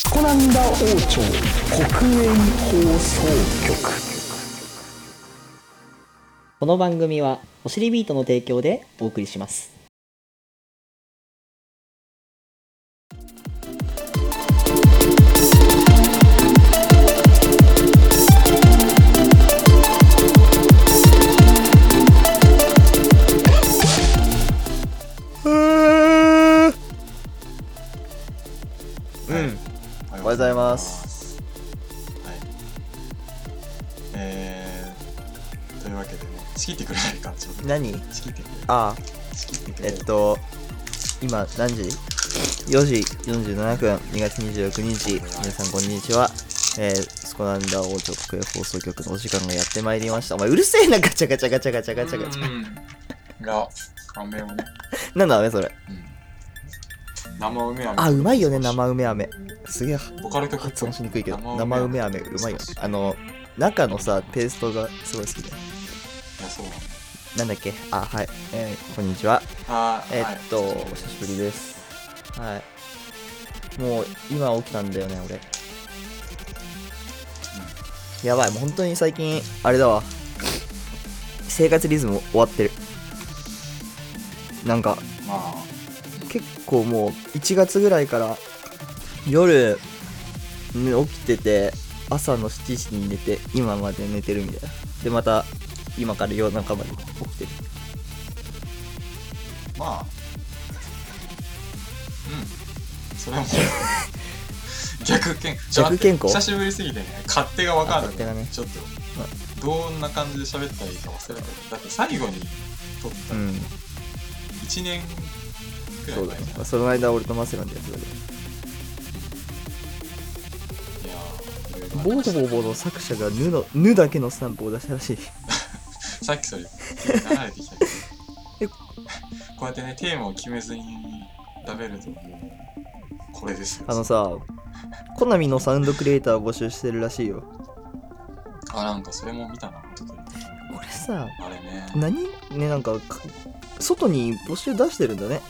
スコナンダ王朝国営放送局この番組はおしりビートの提供でお送りしますうんおはおはようございます。はいえー、というわけでね仕切ってくれないかちょっと何仕切ってくれあ仕切ってくえれっと今何時 ?4 時47分2月26日皆さんこんにちはえー、スコナンダ王朝国営放送局のお時間がやってまいりましたお前うるせえなガチャガチャガチャガチャガチャガチャうんが顔面をね、なんだ飴それうん、生梅飴あうまいよね生梅飴すげえボカロ曲発音しにくいけど生生梅梅飴飴うまいよあの中のさペーストがすごい好きでいやそうなんだなんだっけあはい、えー、こんにちはあーえはいっと、お久しぶりです。はい。もう今起きたんだよね、俺。やばい、もう本当に最近、あれだわ。生活リズム終わってる。なんか、まあ結構もう1月ぐらいから夜、ね起きてて、朝の7時に寝て、今まで寝てるみたいな。で、また、今から夜中まで起きてる。まあ、うん、それはもう 逆健ちょ逆健康待って久しぶりすぎてね、勝手が分からなあく勝手ながっねちょっと、どんな感じで喋ったらいいか忘れたけど、だって最後に撮ったうのん。 1年くらそいうだ前ねじゃ。その間、俺とマセロンでやってたけど。ん。いやー、いろいろあボりまーしたボーボーの作者が「ぬ」の「ぬ」だけのスタンプを出したらしいさっきそれ、流れてきたけどえこうやってね、テーマを決めずに食べると、もう、これですよ。あのさコナミのサウンドクリエイターを募集してるらしいよあ、なんかそれも見たな、ちょっと。これさあれね。何ねなんかか外に募集出してるんだね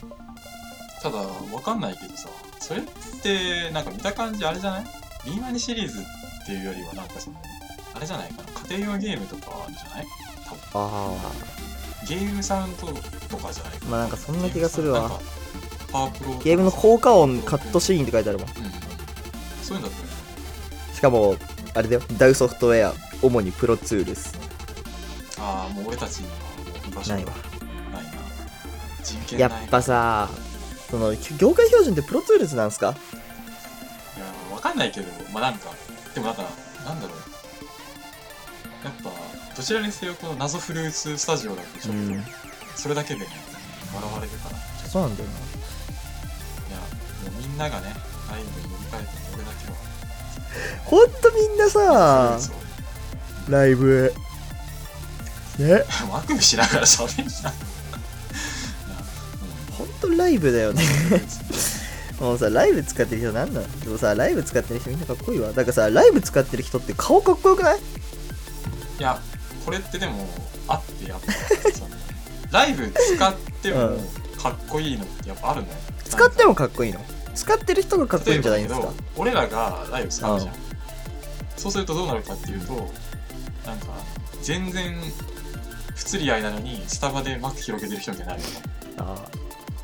ただわかんないけどさそれってなんか見た感じあれじゃないビーマニシリーズっていうよりはなんかそのあれじゃないかな家庭用ゲームとかじゃないあゲームサウンドとかじゃないあまあなんかそんな気がするなんわかパワープロゲームの効果音カットシーンって書いてあるもんうんそういうんだったよねしかもあれだよダウソフトウェア主にプロツールスああもう俺たちにはもう居場所がなないいなわ人権なやいっぱさその業界標準ってプロツールスなんすかいやわかんないけどまあなんかでもなんかなんだろうやっぱどちらにせよこの謎フルーツスタジオだとちょっと、うんそれだけでね笑われるからいそうなんだよなやもうみんながねライブに乗り換えても俺だけはほんとみんなさそうライブへねそうあくびしながら喋んないやほんとライブだよね うん別にもうさライブ使ってる人なんなのでもさライブ使ってる人みんなかっこいいわだからさライブ使ってる人って顔かっこよくないいやこれってでもあってやっぱそのライブ使ってもうんかっこいいのってやっぱあるんだよ使ってももかっこいいの使ってる人がかっこいいんじゃないんです例えかばだけど俺らがライブ使うじゃん、そうするとどうなるかっていうとなんか全然不釣り合いなのにスタバで幕広げてる人みたいになるよあ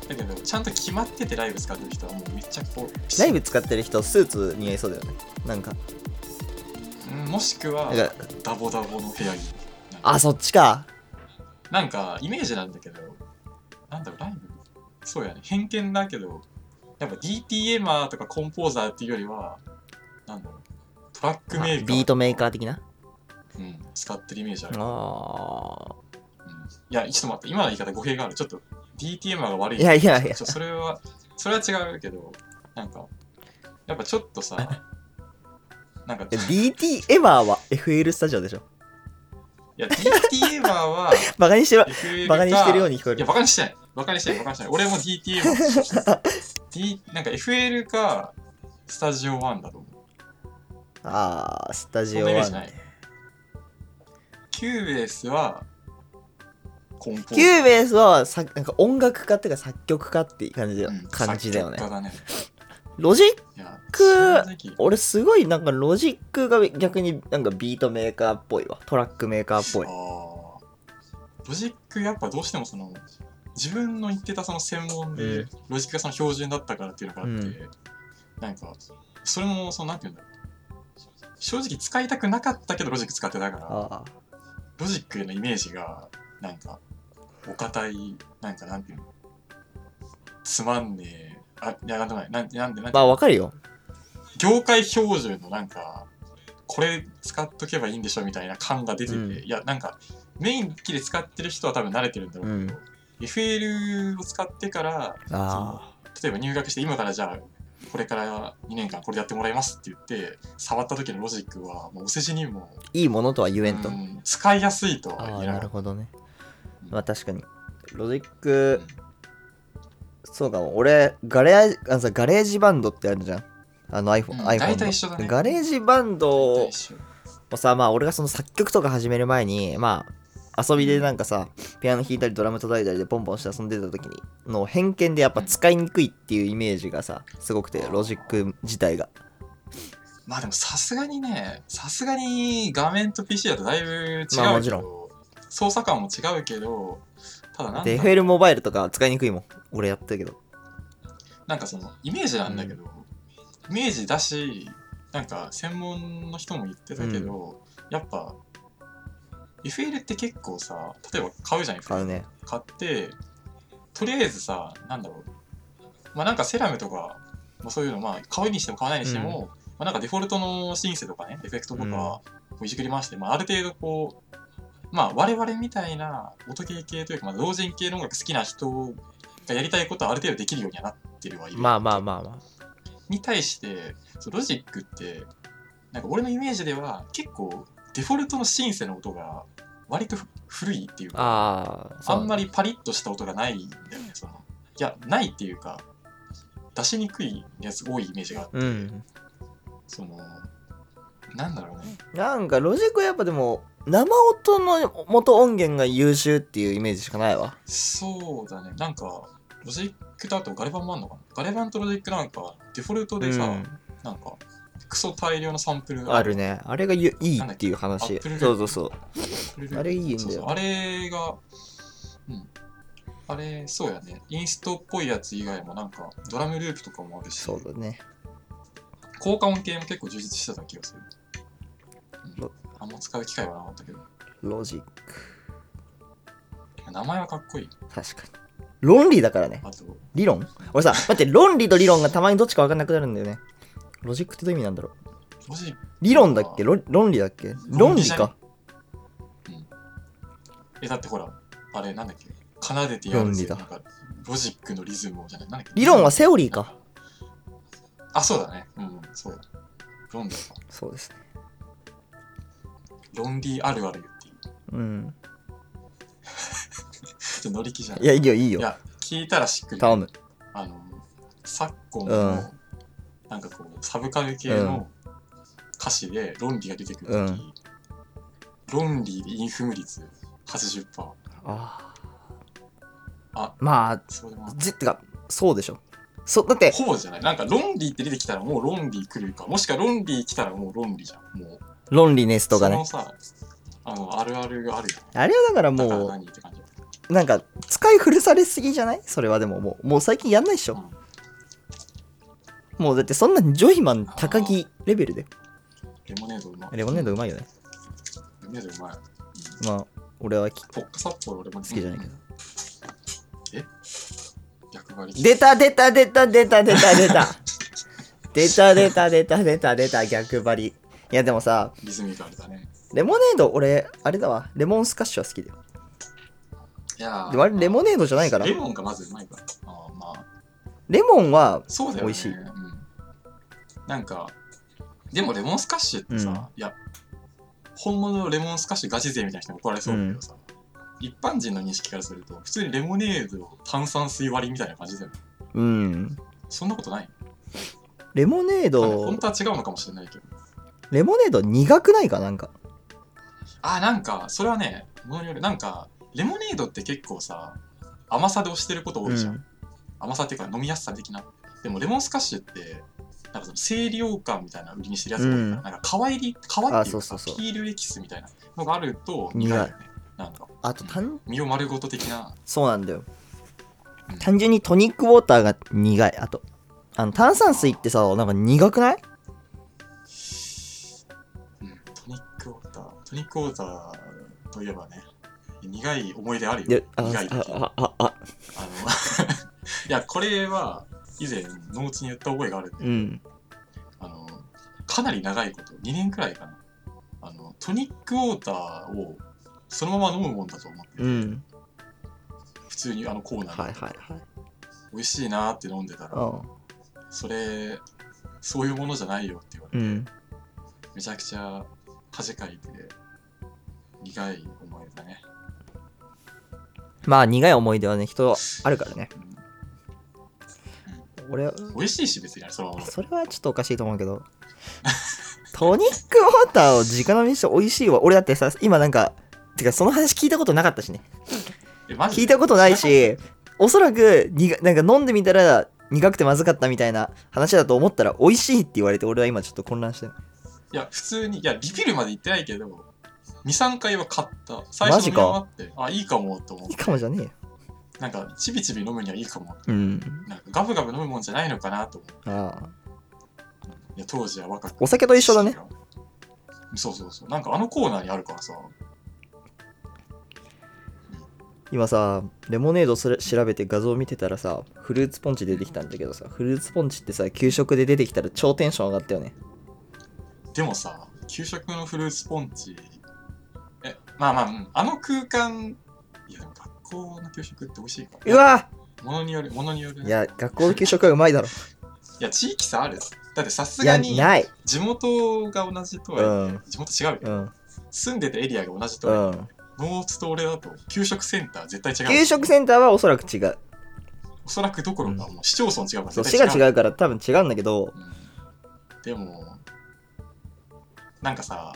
だけどちゃんと決まっててライブ使ってる人はもうめっちゃこうーライブ使ってる人スーツ似合いそうだよねなんかうんもしくはなんかダボダボの部屋着なんかあそっちかなんかイメージなんだけどなんだろうライブそうやね偏見だけどやっぱ DTMer とかコンポーザーっていうよりはなんだろうトラックメーカあービートメーカー的なうん、使ってるイメージある、あうんいや、ちょっと待って、今の言い方語弊がある。ちょっと DTM が悪い。いやいやいやちょそれは、それは違うけど、なんか、やっぱちょっと さ、なんか、い DT エマーは FL スタジオでしょや、DTM はバカにしてる FL バカにしてるように聞こえいるや、バカにしてない。バカにしてない、バカにしてない。俺も DTM。D、なんか FL か、スタジオワンだと思う。あースタそジんオなイメーはジない。キューベースは、コンポキューベースはさなんか音楽家っていうか作曲家っていう感じだよ,、うん感じだよね作曲家だね。ロジッいや、く正直俺すごいなんかロジックが逆になんかビートメーカーっぽいわトラックメーカーっぽいあーロジックやっぱどうしてもその自分の言ってたその専門うでんロジックがその標準だったからっていうのがあって、うんなんかそれもそのなんていうんだろう正直使いたくなかったけどロジック使ってたからああロジックへのイメージがなんかお堅いなんかなんていうのつまんねえあいやなんでもないなんなんでなんてまあわかるよ業界標準のなんかこれ使っとけばいいんでしょみたいな感が出てて、うんいやなんかメイン機で使ってる人は多分慣れてるんだろうけど、FL を使ってからあ例えば入学して今からじゃあこれから2年間これやってもらいますって言って触った時のロジックはもうお世辞にも、あいいものとは言えんと、うん使いやすいとはあ言あえななかるっほどねうんまあ確かにロジックそうかも俺ガレージあのさガレージバンドってあるじゃんあの iPhone,、うん iPhone の大体一緒だねガレージバンドたを大衆もうさまあ俺がその作曲とか始める前にまあ遊びでなんかさピアノ弾いたりドラム叩いたりでポンポンして遊んでた時にの偏見でやっぱ使いにくいっていうイメージがさすごくてロジック自体がまあでもさすがにね、さすがに画面と PC だとだいぶ違うけど、まあもちろ操作感も違うけど、ただなんだでろう FL モバイルとか使いにくいもん俺やったけどなんかそのイメージなんだけど、イメージだし、なんか専門の人も言ってたけど、やっぱ FL って結構さ、例えば買うじゃないですか。買うね買って、とりあえずさ、なんだろう、まあなんかセラムとか、まあ、そういうの、まあ買うにしても買わないにしても、まあなんかデフォルトのシンセとかね、エフェクトとうか、んこういじくり回して、まあある程度こう、まあ我々みたいな音系系というか、まあ同人系の音楽好きな人がやりたいことはある程度できるようにはなってるはいる。まあまあまあまに対して、そうロジックって、なんか俺のイメージでは結構デフォルトのシンセの音が割とふ古いっていうか、ああーそうあんまりパリッとした音がないんだよね。そのいや、ないっていうか、出しにくいやつ多いイメージがあって、うんその、なんだろうね。なんかロジックはやっぱでも生音の元音源が優秀っていうイメージしかないわそうだね。なんか、ロジックとあとガレ版もあんのかなガレ版とロジックなんか、デフォルトでさ、うなんか、クソ大量のサンプルん、あるねあれがゆいいっていうなん話だっけアップルそうそうそうるあれいいんだよそうそうあれが、うん。あれ、そうやね。インストっぽいやつ以外もなんか、ドラムループとかもあるし、そうだね効果音系も結構充実してた気がする。うんろあんま使う機会はなかったけど。ロジック名前はかっこいい。確かに論理だからねあと、理論俺さ待って論理と理論がたまにどっちか分かんなくなるんだよねロジックってどういう意味なんだろうロジック、理論だっけ論論理だっけ論論理理じゃんかえ、だってほら、あれ、なんだっけ奏でてやるぜ論な理んか、ロジックのリズムをじゃない。なんだっけ理論はセオリーか。あ、そうだね。うん、そう。論理か。そうですね論理あるある言っていい。うんちょっと乗り気じゃないいやいいよいいいよや、聞いたらしっくり。頼むあの、昨今うのん、なんかこう、サブカル系の歌詞で論理が出てくるとき、論理でインフム率80%。ああまあそうでもないじってかそうでしょそうだってほぼじゃない。なんか論理って出てきたらもう論理来るか、もしくは論理来たらもう論理じゃん。もう。論理ネスとかそねのさ、あの、あるあるがあるよ。あれはだからだからも何って感じ。うなんか使い古されすぎじゃないそれはでももうもう最近やんないっしょもうだってそんなジョイマン高木レベルでレモネードうまい。レモネードうまいよねレモネードうまい。まあ俺はき好ポッカサッポロレモネード。好きじゃないけど。逆張り。出た出た出た出た出た出 た出た出た出た出た出た逆張りいやでもさリズミカルだね。レモネード俺あれだわレモンスカッシュは好きだよいやーでもあれレモネードじゃないからレモンがまずうまいから。あーまあ、レモンはそうだよね。美味しいうん、なんか、でもレモンスカッシュってさ、うんいや、本物のレモンスカッシュガチ勢みたいな人に怒られそうだけどさ、一般人の認識からすると、普通にレモネード炭酸水割りみたいな感じだよね。うんそんなことないレモネー本ド当は違うのかもしれないけど。レモネード苦くないかなんかあ、なんか、それはね、ものによる。なんか、レモネードって結構さ、甘さで押してること多いじゃん。うん甘さっていうか飲みやすさ的な。でもレモンスカッシュってなんかその清涼感みたいな売りにしてるやつも多いから、うんなんか皮入り皮っていうあかそうそうそうピールエキスみたいなのがあると苦いよねなんかあと単身を丸ごと的なそうなんだようん単純にトニックウォーターが苦いあとあの炭酸水ってさなんか苦くないうんトニックウォーター。トニックウォーターといえばね、苦い思い出あるよ。いやあ苦い時あああああの いや、これは以前、農地に言った覚えがあるんで、うんあのかなり長いこと、2年くらいかなあの。トニックウォーターをそのまま飲むもんだと思って、うん普通にあのコーナーで、はいはいはい美味しいなーって飲んでたら、うそれ、そういうものじゃないよって言われて、んめちゃくちゃ恥かいて、苦い思い出だね。まあ苦い思い出はね人あるからねうん俺美味しいし別にあれそのままそれはちょっとおかしいと思う けどトニックウォーターを直飲みして美味しいわ俺だってさ今なんかてかその話聞いたことなかったしねえマジで聞いたことないしおそらくにがなんか飲んでみたら苦くてまずかったみたいな話だと思ったら美味しいって言われて俺は今ちょっと混乱してるいや普通にいやリピルまで行ってないけど23回は買った最マ初ジ飲みか終わってあいいかもと思っいいてかもじゃねえよなんかちびちび飲むにはいいかもうんなんかガブガブ飲むもんじゃないのかなと思ってああいや当時は若くお酒と一緒だねそうそうそうなんかあのコーナーにあるからさ今さレモネードそれ調べて画像見てたらさフルーツポンチ出てきたんだけどさフルーツポンチってさ給食で出てきたら超テンション上がったよねでもさ給食のフルーツポンチえまあまあ、うんあの空間いやでも学校の給食って美味しいからうわものによるものによるねいや学校の給食はうまい だろいや地域差あるだってさすいがやにない地元が同じとは言って、地元違うよ、うん住んでたエリアが同じとうは言って、んノーツと俺だと給食センター絶対違う給食センターはおそらく違うおそらくどころかもう市町村違うからそう絶市対が違う違うから多分違うんだけどうんでもなんかさ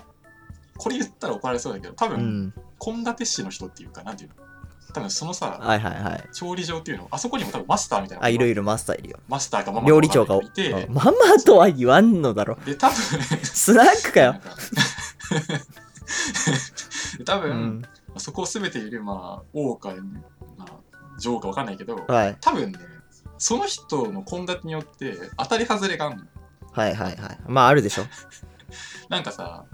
これ言ったら怒られそうだけど多う分ん献立師の人っていうかなんていうの多分そのさはいはいはい調理場っていうのあそこにも多分マスターみたいなあいろいろマスターいるよマスターかママか料理長がいて、あママとは言わんのだろで多分スナックかなよんか多う分、んそこを全ている、まあ、王か、まあ、女王か分かんないけど、はい多分ね、その人の献立によって当たり外れがあるの。はいはいはいまああるでしょなんかさ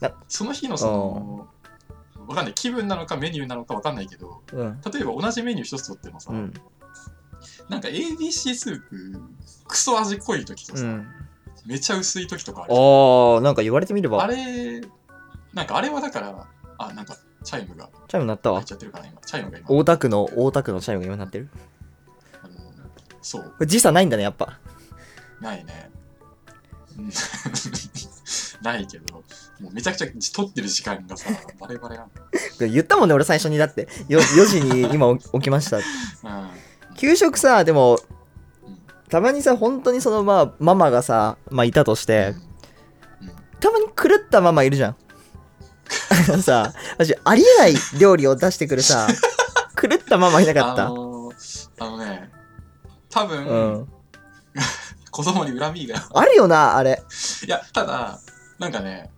な、その日のその、分かんない、気分なのかメニューなのか分かんないけど、うん例えば同じメニュー一つとってもさ、うんなんか ABC スープ、クソ味濃い時とうさ、んめちゃ薄い時とかあるじゃん。ああなんか言われてみれあばれ、なんかあれはだから、あ、なんかチャイムがチャイム鳴った入わっちゃってるかな、今。チャイムが今。大田区の大田区のチャイムが今なってるあのそう。これ時差ないんだねやっぱないね。うん ないけど、もうめちゃくちゃ撮ってる時間がさ、バレバレなんだよ。これ言ったもんね俺最初にだってよ4時に今 起起きました給食さでもうん。うんたまにさ本当にそのまあママがさまあいたとしてうんうんたまに狂ったママいるじゃんあの さ私ありえない料理を出してくる さ狂ったママいなかっあたのーあのね、多分、うん子供に恨みが。あるよなあれいや、ただ、なんかね、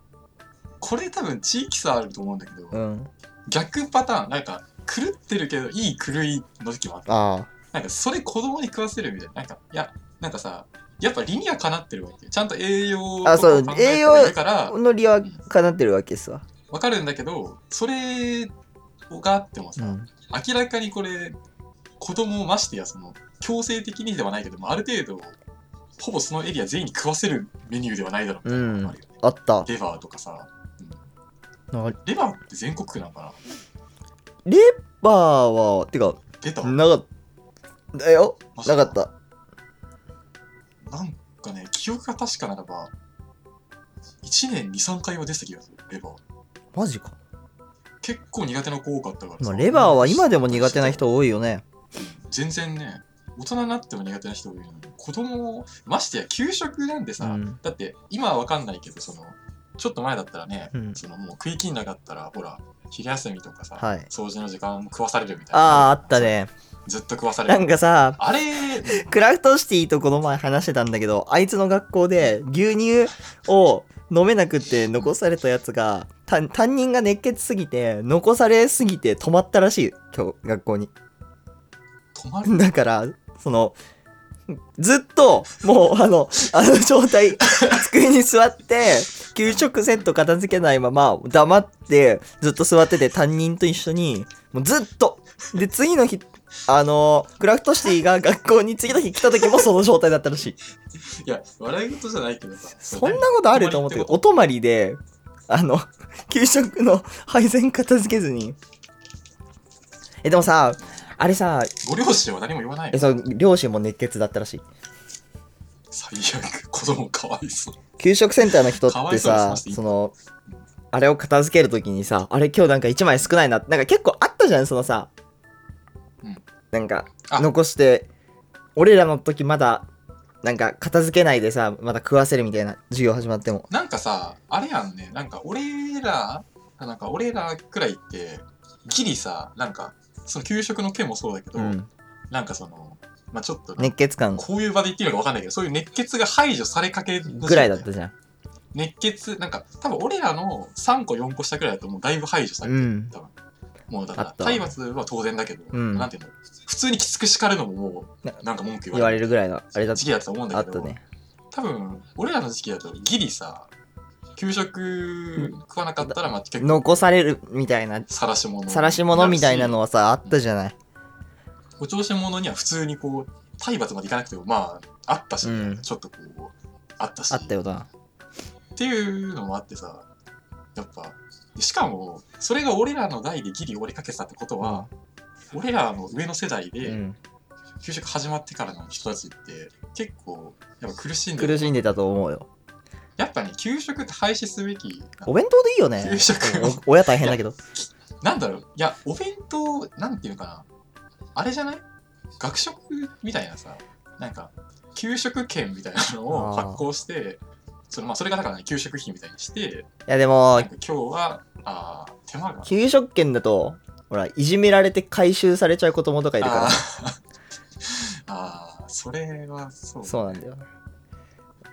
これ多分地域差あると思うんだけど、うん逆パターン、なんか、狂ってるけど、いい狂いの時もあった。あなんか、それ子供に食わせるみたいな。なんか、いや、なんかさ、やっぱ理にはかなってるわけよ。ちゃんと栄養とあかそうを考えてはいるからあ、のりはかなってるわけですわわかるんだけどそれがあってもさ、うん明らかにこれ子供をましてやその強制的にではないけどもある程度ほぼそのエリア全員に食わせるメニューではないだろうみたいなのがあるよね、あったレバーとかさなレバーって全国区なのかなレバーはてか出たなかっただよマジなかったなんかね記憶が確かならば1年23回は出てた気がするレバーマジか結構苦手な子多かったからまさあレバーは今でも苦手な人多いよね全然ね大人になっても苦手な人多いのに子供をましてや給食なんてさ、うんだって今は分かんないけどそのちょっと前だったらね、うんそのもう食いきんなかったらほら昼休みとかさ、はい掃除の時間も食わされるみたいなあああったねずっと食わされなるんかさ、あれクラフトシティとこの前話してたんだけど、あいつの学校で牛乳を飲めなくて残されたやつが、た担任が熱血すぎて、残されすぎて止まったらしい、今日、学校に。止まる だから、その、ずっと、もう、あの、あの状態、机に座って、給食セット片付けないまま、黙って、ずっと座ってて、担任と一緒に、もうずっと。で、次の日、あの、クラフトシティが学校に次の日来た時もその状態だったらしい。いや笑い事じゃないけどさそんなことあると思って、お泊まりで、あの、給食の配膳片付けずに。え、でもさ、あれさ、ご両親は何も言わないえよそう両親も熱血だったらしい。最悪子供かわいそう給食センターの人ってかさわいそうにしましたそのあれを片付けるときにさあれ今日なんか1枚少ないななんか結構あったじゃんそのさ、うんなんかあ残して俺らの時まだなんか片付けないでさまだ食わせるみたいな授業始まってもなんかさあれやんねなんか俺らなんか俺らくらいってギリさなんかその給食の件もそうだけど、うんなんかそのまあちょっと熱血感こういう場で言ってるのか分かんないけどそういう熱血が排除されかけの時期ぐらいだったじゃん熱血なんか多分俺らの3個4個下くらいだともうだいぶ排除されうてる、んもうだあかっらた体罰は当然だけど、うんなんていうの普通にきつく叱るのももなうなんか文句言言わわれれるるぐらいのあれだっ時期だったと思うんたあだったけど、ね多分俺らの時期だとギリさ給食食わなかったらまあ結構残されるみたいな晒し物晒し物みたいなのはさあったじゃないお調子者には普通にこう体罰までいかなくてもまああったし、うんちょっとこうあったしあったよなっていうのもあってさやっぱでしかもそれが俺らの代でギリ折りかけてたってことは、俺らの上の世代うでん給食始まってからの人たちって結構やっぱ苦しんで苦るしんでたと思うよやっぱね給食って廃止すべき なお弁当でいいよね給食お親大変だけどなんだろういやお弁当なんていうのかなあれじゃない学食みたいなさなんか給食券みたいなのをあー発行してそのまあそれがだからね給食費みたいにしていやでもなんか今日はあー手間が給食券だとほらいじめられて回収されちゃう子供とかいるかあー あーそれはそうらそうなんだよ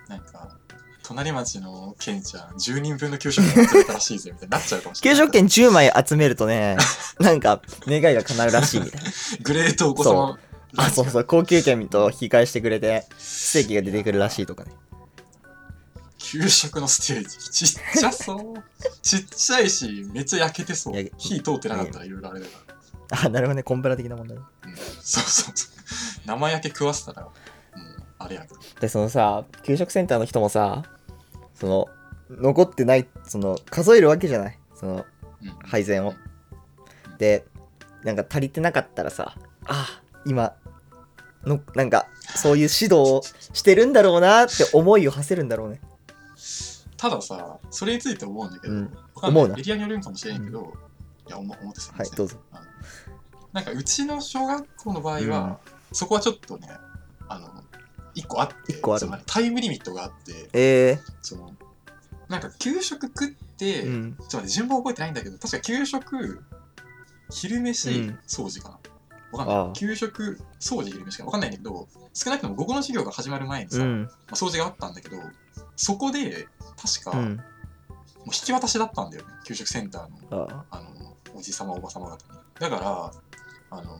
なんか隣町のケンちゃん10人分の給食券集めたらしいぜみたいになっちゃうかもし れ給ない食券10枚集めると ねなんか願いが叶うらしいみたいなグレートお子様あそうそう高級券と引き返してくれてステーキが出てくるらしいとかね給食のステージちっちゃそうちっちゃいしめっちゃ焼けてそうや火通ってなかったらいろいろあれだかあなるほどねコンプラ的な問題ら、うん、そうそうそう生焼け食わせたらもうあれやけどでそのさ給食センターの人もさその残ってないその数えるわけじゃないそのうん配膳をでなんか足りてなかったらさあ今のなんかそういう指導をしてるんだろうなって思いを馳せるんだろうねたださそれについて思うんだけど、うんわかんない思うなメディアによるんかもしれんけど、いや思思ってすいはまいせんどうぞなんかうちの小学校の場合は、そこはちょっとねあの1個あって一個あるそのタイムリミットがあってえそのなんか給食食って、えうんちょっと待って順番覚えてないんだけど、確か給食、昼飯、うん掃除かな。わかんないああ。給食、掃除、昼飯かわかんないんだけど、少なくとも午後の授業が始まる前にさ、うまんあ、掃除があったんだけど、そこで、確か、うもうん引き渡しだったんだよね、給食センターの、ああの、おじさま、おばさま方に。だから、あの、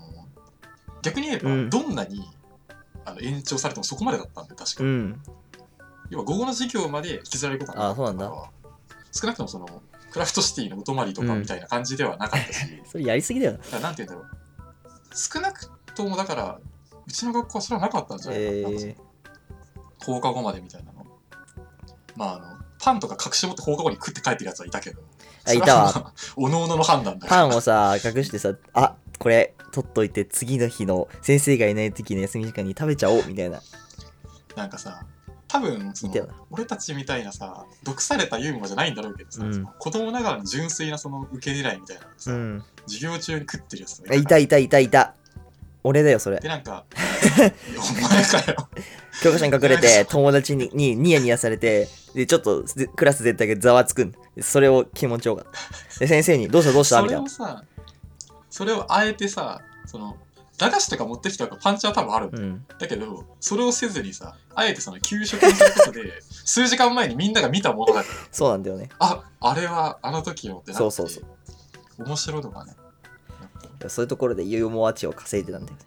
逆に言えば、うんどんなに、あの延長されてもそこまでだったんだよ、確か。うん要は午後の授業まで引きずられることはなかったからあ少なくともそのクラフトシティのお泊まりとかみたいな感じではなかったし、だ それやりすぎだよなからなんて言うんだろう少なくともだからうちの学校はそれはなかったんじゃないかな,、なんかそえの放課後までみたいなのまああのパンとか隠し持って放課後に食って帰ってるやつはいたけどあいたわそれはまあおのおのの判断ーだかパらンをさ隠してさあこれ取っといて次の日の先生がいない時の休み時間に食べちゃおうみたいななんかさ多分そいたよのな俺たちみたいなさ毒されたユーモアじゃないんだろうけどさ、うんその子供ながらの純粋なその受け狙いみたいなのさ、うん授業中に食ってるやつとかあいたいたいたいた俺だよそれでなん かいやお前かよ教科書に隠れて友達ににニヤニヤされてでちょっとぜクラス全体がざわつくんそれを気持ちよかったで先生に「どうしたどうした?」そみたいれをなさそれをあえてさその駄菓子とか持ってきた方がパンチは多分あるんだようん。だけど、それをせずにさ、あえてその給食にするこ とで、数時間前にみんなが見たものだから、そうなんだよね。あ、あれはあの時よってなって、そうそうそう面白いのがね、やっぱそういうところでユーモア値を稼いでたんだよね。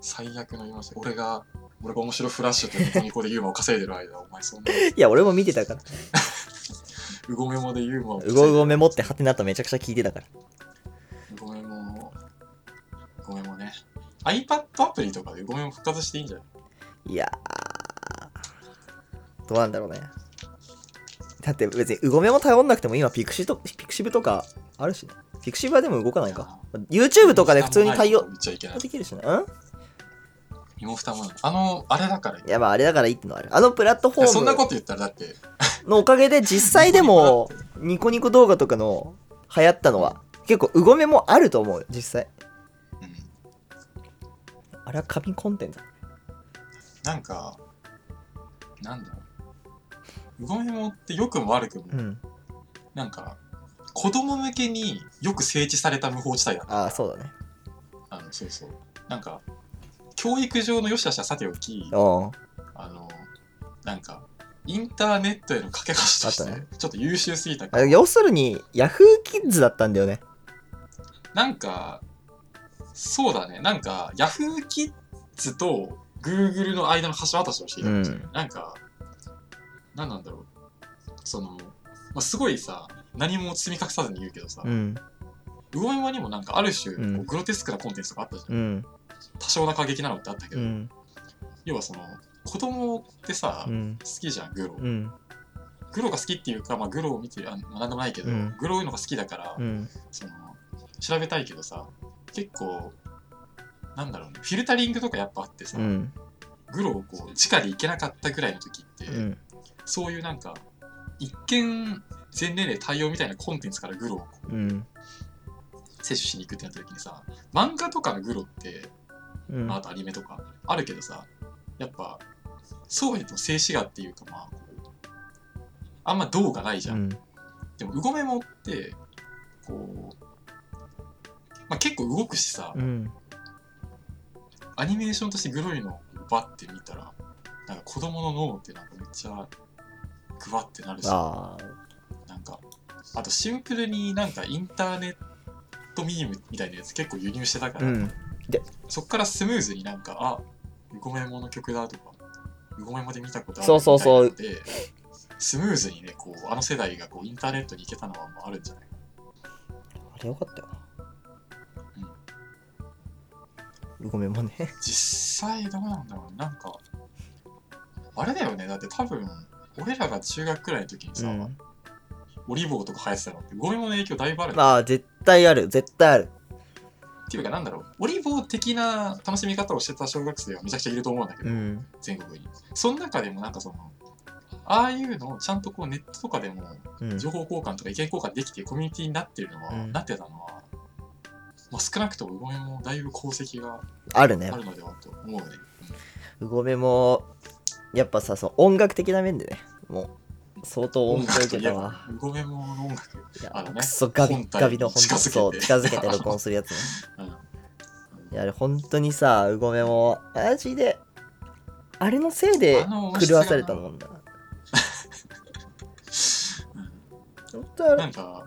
最悪の言いました。俺が、俺が面白フラッシュとニコニコでユーモアを稼いでる間、お前そんな、いや、俺も見てたから。うごめもでユーモアをう稼いでごうごメモってハテナとめちゃくちゃ聞いてたから。うごめも、うごめもね。iPad アプリとかでうごめも復活していいんじゃないいやー。どうなんだろうね。だって別にうごめも頼んなくても今ピクシと、ピクシブとかあるしね。ピクシブはでも動かないか。YouTube とかで普通に対応言っちゃいけない。できるしね。うん身も蓋もない。あの、あれだから。いやまああれだからいいってのはある。あのプラットフォそんなーこムと言ったらだって、のおかげで実際でもニコニコ動画とかの流行ったのは結構うごめもあると思うよ実際。うん、あれは紙コンテンツ。なんか、なんだろう。うごめもって良くも悪くも、うん。なんか、子供向けによく整地された無法地帯だなああそうだね。あの、そうそう。なんか、教育上の良し悪しはさておき、うん。あの、なんか、インターネットへの架け橋としあってたね、ちょっと優秀すぎたあ要するに Yahoo キッズだったんだよね。なんか、そうだね。なんか、Yahoo キッズと Google の間の橋渡しをしていたかもしれない。うなんか、なんなんだろう。その、まあ、すごいさ、何も積み隠さずに言うけどさ、ん。魚沼にもなんかある種、こうんうグロテスクなコンテンツとかあったじゃん。うん。多少な過激なのってあったけうど、ん。要はその、子供ってさ、うん好きじゃん、グロ。うん。グロが好きっていうか、まあ、グロを見て、あまあ、なんでもないけど、うんグロいうのが好きだから、うん。その調べたいけどさ結構なんだろうねフィルタリングとかやっぱあってさ、うん。グロをこう直で行けなかったぐらいの時って、うん。そういうなんか一見全年齢対応みたいなコンテンツからグロをこううん。摂取しに行くってなった時にさ漫画とかのグロって、うんまあ、あとアニメとかあるけどさやっぱそうへの静止画っていうかまあこうあんま銅がないじゃん、でもうごめもってこう、まあ、結構動くしさ、うん。アニメーションとしてグロいのをバッて見たら、なんか子供の脳ってなんかめっちゃグワってなるし、なああ。んか、あとシンプルになんかインターネットミームみたいなやつ結構輸入してたから、うん。そっからスムーズになんか、あ、うごめもの曲だとか、うごめもで見たことあるそうそうそうみたいなので、スムーズにね、こう、あの世代がこうインターネットに行けたのはもうあるんじゃないあれよかったよな。ごめんもね。実際どうなんだろうねなんか、あれだよね、だって多分、俺らが中学くらいの時にさ、うんオリボーとか生えてたのってゴミもの影響だいぶある、まあ、絶対ある。絶対ある。っていうかなんだろうオリボー的な楽しみ方をしてた小学生はめちゃくちゃいると思うんだけど、ん。全国にその中でもなんかそのああいうのをちゃんとこうネットとかでもうん。情報交換とか意見交換できてコミュニティになってるのは、うんなってたのは、まあ、少なくともゴミもだいぶ功績があるねあ。るのではと思うね、うごめも、やっぱさ、その音楽的な面でね、もう、相当音楽い的だわや。ゴミもの音楽、いやあのねくそガビ本体にガビの本近づけてそう近づけて録音するやつね。うんいや、あれ本当にさ、うごめも、マジで、あれのせいであの音質狂がわされたもん だ。本当あなれんか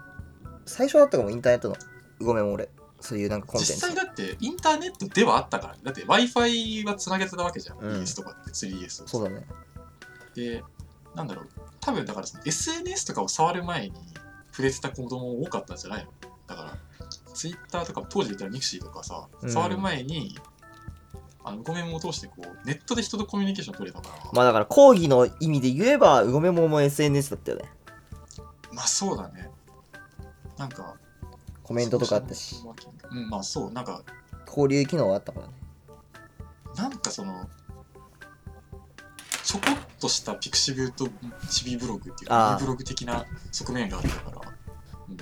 最初だったかも、インターネットの。うごめも俺、そういうなんかコンテン実ツ際。だってインターネットではあったからねだって w i f i はつなげてたわけじゃん、うん DS とかって 3DS とかそうだね。でなんだろう多分だからその SNS とかを触る前に触れてた子供多かったんじゃないのだから Twitter とか当時で言ったら Mixi とかさうん触る前に、あのごめんを通してこうネットで人とコミュニケーション取れたから、ままあだから、講義の意味で言えば、うごめもも SNS だったよね。あそうだねなんかコメントとかあったし、うんまあそうなんか交流機能があったからね。なんかそのちょこっとしたピクシブとチビブログっていうあーミニブログ的な側面があったから、うん、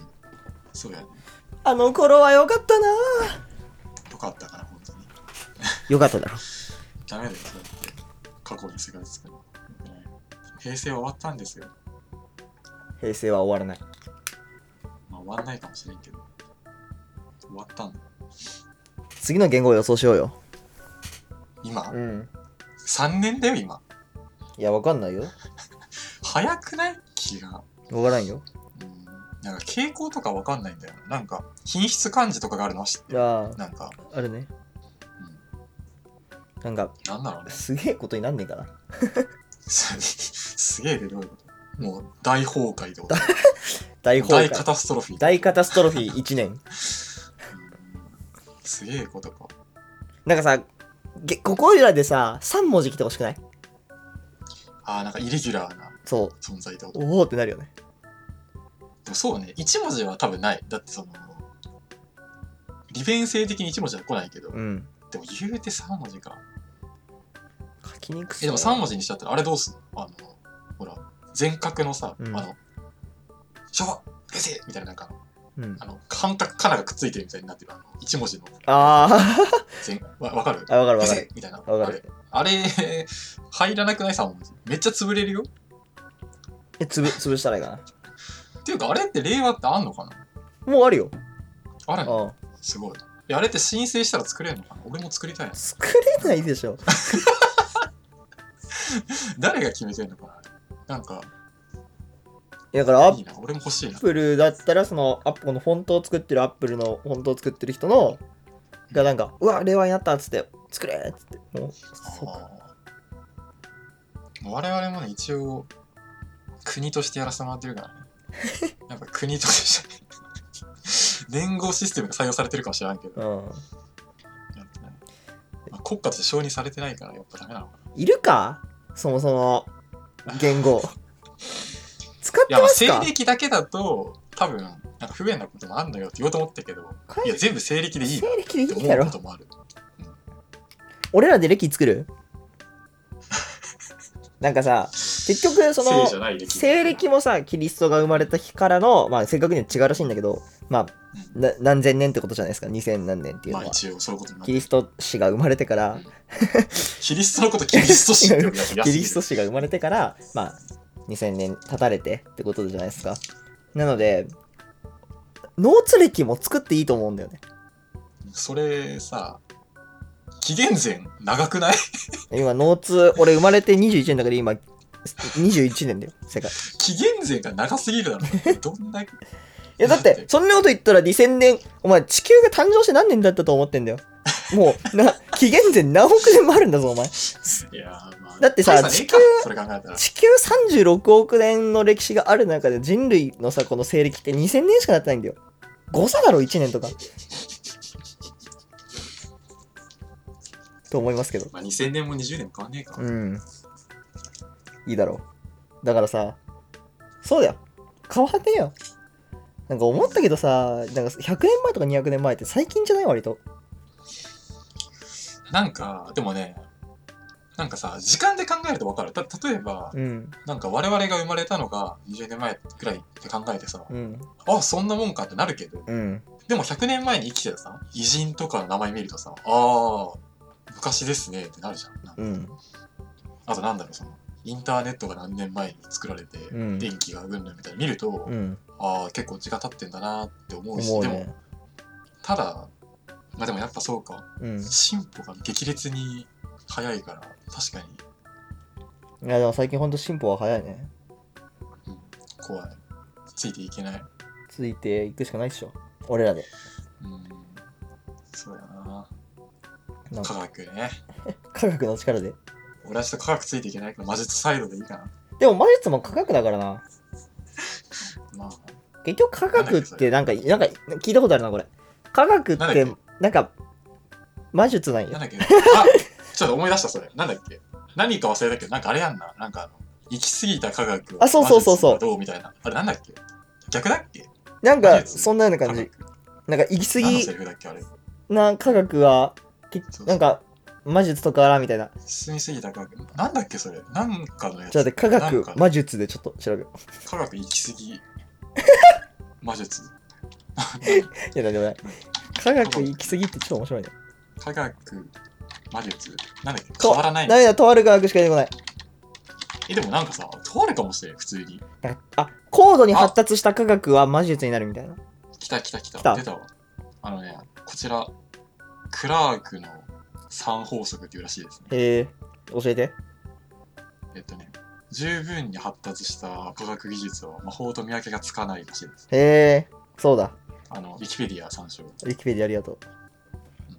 そうやねあの頃は良かったなよかったから本当に良かっただろ。ダメだよそうやって過去に世界作るの、ね平成は終わったんですよ、平成は終わらない。まあ、終わんないかもしれんけど終わったんだ次の言語を予想しようよ。今うん。 3年だよ今いや、わかんないよ。早くない気が、わからんよ。うん、なんか傾向とかわかんないんだよなんか品質感じとかがあるのは知ってるあなんか、あ、あるね。うなんか、ん、なんだろうね すげえことになんねえかな。すげえでどういうこともう大崩壊と大崩大カ壊。タストロフィー大カタストロフ ィー1年。うんすげえことかなんかさ、げここらでさ、3文字来てほしくないあーなんかイレギュラーなそう。存在ってことおおってなるよね。でもそうね1文字は多分ないだってその利便性的に1文字は来ないけど、うん。でも言うて3文字か書きにくそう。えでも3文字にしちゃったらあれどうすんのあのほら全角のさ、うんあの「昭和平成」みたいななんかうんあ。の半角かながくっついてるみたいになってるあの1文字のあ全わわかるあ、あ、わかるわ平かる成。みたいなわあかれる。あれ入らなくない3文字めっちゃ潰れるよえ、つぶ、潰したらいいかな。っていうかあれって令和ってあんのかなもうあるよ。あるのあすごい。えあれって申請したら作れるのかな俺も作りたいなあ。。作れないでしょ。誰が決めてんのかななんか、いやだから、アいッいな。俺も欲しいな。プルだったら、その、アップこのフォントを作ってる、アップルのフォントを作ってる人の、がなんか、うわ、令和になったっつって、作れっつって、もう、そうか。あー我々もね、一応、国としてやらせてもらって るからね。やっぱ国として 連合システムが採用されてるかもしれないけど、うん。やっぱねまあ国家として承認されてないから、やっぱダメなのかな。いるかそもそも、言語。使っいてや、ままあ、す西か暦だけだと、多分、なんか不便なこともあんのよって言おうと思ったけど、いや、全部西暦でいい西なっ暦でていいだ思うろこともある。俺らで歴作 るなんかさ結局そ西じゃのない暦。西暦もさキリストが生まれた日からのまあ正確には違うらしいんだけどまあな何千年ってことじゃないですか2000何年っていうまのあは、一応そういうことになキる。リスト氏が生まれてからキリストのことキリスト 氏って呼ぶやつ安キいリスト氏が生まれてからまあ2000年経たれてってことじゃないですかなので農地歴も作っていいと思うんだよねそれさ、紀元前長くない 今農通俺生まれて21年だから今21年だよ世界紀元前が長すぎるだろ。どんだけ。 いやだっだって て、そんなこと言ったら2000年、お前地球が誕生して何年だったと思ってんだよ。もう、な、 紀元前何億年もあるんだぞ、お前。いやーまあ、だってさ大ねえか地それ考えたら。地球36億年の歴史がある中で人類のさ、この西暦って2000年しかなってないんだよ。誤差だろ、1年とか。と思いますけど。まあ、2000年も20年も変わんねえか。うん。いいだろう。だからさ、そうだよ。変わんねえよ。なんか思ったけどさ、なんか100年前とか200年前って最近じゃない割と。なんか、でもね、なんかさ、時間で考えると分かる。た例えば、うん。なんか我々が生まれたのが20年前くらいって考えてさ、うん。あ、そんなもんかってなるけど、うん。でも100年前に生きてたさ、偉人とかの名前見るとさ、ああ、昔ですねってなるじゃん。なんかうん。あとなんだろう、その、インターネットが何年前に作られて、うん電気がうんぬんみたいに見ると、うん。ああ、結構時間経ってんだなって思うし、思うでもね。、ただ、まあでもやっぱそうか、うん。進歩が激烈に早いから、確かに、いや、でも最近ほんと進歩は早いね。うん、怖い。ついていけない。ついていくしかないっしょ。俺らで。うん、そうやな。なん科か学ね。科学の力で。俺はちょっと科学ついていけないから、魔術サイドでいいかな。でも魔術も科学だからな。まあ、結局科学ってなんか、なんか聞いたことあるな、これ。科学っなんてだっ、なんか、魔術なんなんよ。だっけ、あちょっと思い出した、それ。なんだっけ。何か忘れたけど、なんかあれやんな。なんかあの、行き過ぎた科学はあそうそうそうそう魔術がどうみたいな。あれなんだっけ逆だっけなん魔か、術そんなような科感じ学。なんか、行き過何のぎセリフだっけあれ。な科学は、きそうそうなんか、魔術とかあらみたいな。ちょ進みすぎた科学。なんだっけそれ。なんかのやっつ。と待って、科なん学か、魔術でちょっと調べよう。科学行き過ぎ。魔術。いや、なんでもない。科学行き過ぎってちょっと面白いね。科学、魔術。なんだっけと変わらないダメだ、とある科学しか出てこない。え、でもなんかさ、通るかもしれん、普通に。なんかあ、高度に発達した科学は魔術になるみたいな。来た来た来た。来た出たわ。あのね、こちら、クラークの3法則っていうらしいですね。へえ教えてえっとね、十分に発達した科学技術は魔法と見分けがつかないらしいです。へえそうだあの、ウィキペディア参照。ウィキペディアありがとう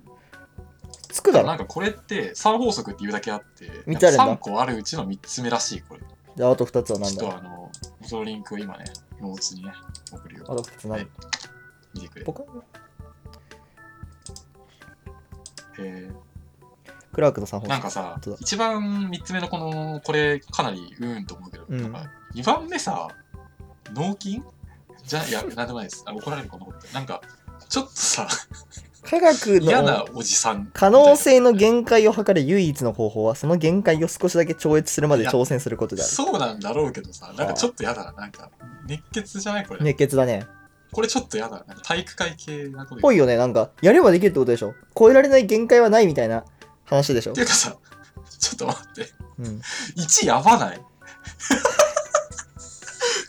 つくだろなんかこれって3法則っていうだけあって、三つあるんだ3個あるうちの3つ目らしい、これ。ちじゃああと2つは何ょっだとあの、そのリンクを今ね、ノーツにね、送るよあ。と2つ何見てくれポ。カえクラークの3ー本なんかさ本当だ、一番3つ目のこの、これかなりうーんと思うけど、うんなんか2番目さ、脳筋じゃ、いや、なんでもないです。あ怒られるこのこと。なんか、ちょっとさ、科学嫌な のおじさん。可能性の限界を測る唯一の方法はその限界を少しだけ超越するまで挑戦することであるそうなんだろうけどさ、なんかちょっと嫌だな。なんか、熱血じゃないこれ。熱血だねこれちょっと嫌だな。なんか体育会系なこと言うぽいよねなんかやればできるってことでしょ超えられない限界はないみたいな話でしょっていうかさ、ちょっと待って。うん1や ばない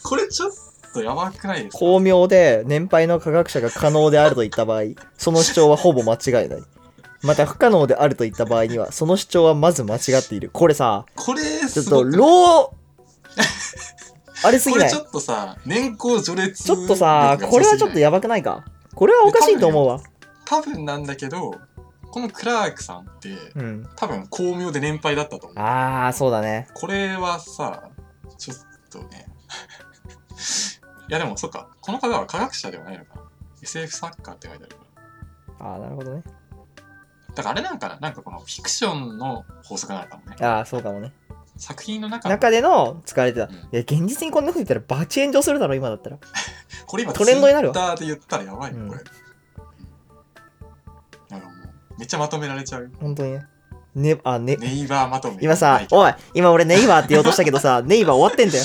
これちょっとやばくないですか巧妙で年配の科学者が可能であると言った場合、その主張はほぼ間違いない。また不可能であると言った場合には、その主張はまず間違っている。これさ、これちょっ すとごくロー、あれすぎこなれい。ちょちっとさ、年功序列ょっとさ、これはちょっとややばくないか。これはおかしいと思うわ。多分なんだけど、このクラークさんって、うん。多分巧妙で年配だったと思う。あー、そうだね。これはさ、ちょっとね。 いやでもそっか、この方は科学者ではないのかな。SF 作家って書いてあるから。あー、なるほどね。だからあれなんかな、なんかこのフィクションの法則なのかもね。あー、そうかもね。作品の中の中での疲れてた。ういんや、現実にこんなこと言ったらバチ炎上するだろ、今だったら。これ今トレンドになるわ Twitter で言ったらやばいよ、これ。うなんかもう、めっちゃまとめられちゃう。本当にね。ね、あ、ね、ネイバーまとめ。今さ、おい、今俺ネイバーって言おうとしたけどさ、ネイバー終わってんだよ。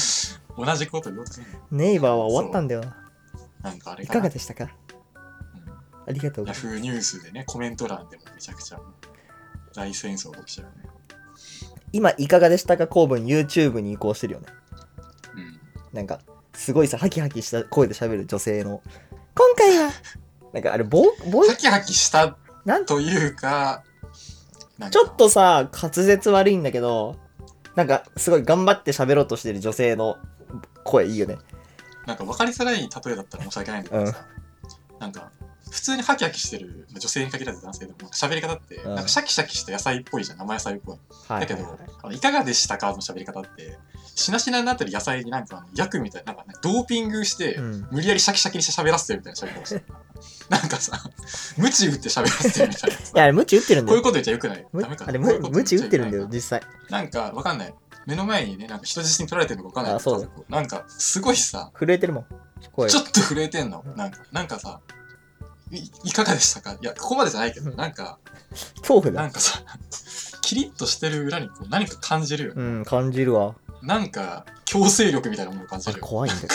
同じこと言おうとするのネイバーは終わったんだよな。なんかあれいかかながでしたかありがとうごヤざいまフーニュースでね、コメント欄でもめちゃくちゃ大戦争起きちゃうね。す。今、いかがでしたか公文 YouTube に移行してるよね。うん。なんか、すごいさ、ハキハキした声で喋る女性の。今回 はなんかあれ、ぼう、ぼうハ、キハキしたなんというか、なんかちょっ、とさ、滑舌悪いんだけど、なんか、すごい頑張って喋ろうとしてる女性の声いいよね。なんか分かりづらい例えだったら申し訳ないんだけどさ、なんか、普通にハキハキしてるまあ女性に限らず男性でもなんか喋り方って、うんなんかシャキシャキした野菜っぽいじゃん、生野菜っぽい。はいだけど、あのいかがでしたかの喋り方って、しなしなになってる野菜になんかあの薬みたいな、なんかねドーピングして、うん。無理やりシャキシャキにして喋らせてるみたいな喋り方して るなんかさ、無知打って喋らせてるみたいないや、あれ、ムチ打ってるんこだういうよ。こと言っちゃよくない。むダメかなあれ、こういうむことムチ打ってるんだ言よ、っち実際。ゃいけないな。なんかわかんない。目の前にね、なんか人質に取られてるのかわかんないあそうだ家族なんかすごいさ、震えてるもん。声ち。ょっと震えてんの。なんか、なんかさ、いいかがでしたかいや、ここまでじゃないけど、うんなんか、恐怖なだん。かさ、キリッとしてる裏にこう何か感じるよね。うん、感じるわ。なんか、強制力みたいなものを感あじれるよ。怖いんだよ。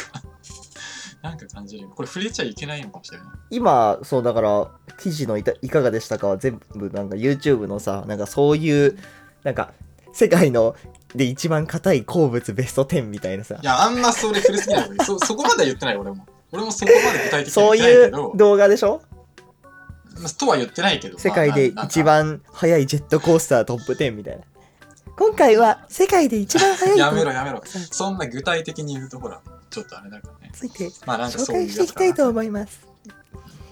なんか感じるよ。これ触れちゃいけないのかもしれない。今そうだから記事のいたいかがでしたかは全部なんか YouTube のさなんかそういうなんか世界ので一番硬い鉱物ベスト10みたいなさいや、あんまそれ触れすぎない方がいい。そ、 そこまでは言ってない、俺も。俺もそこまで具体的にそはう言ってないいけどう、動画でしょまあとは言ってないけど。世界でまあ一。番速いジェットコースタートップ10みたいな今回は世界で一番速ないんかやめろ、にやめろ。そんな具体的に言うと、ほら、ちょっとあれだからね。ついてまあ、なんか紹そうい介うやしていつきたいとか思います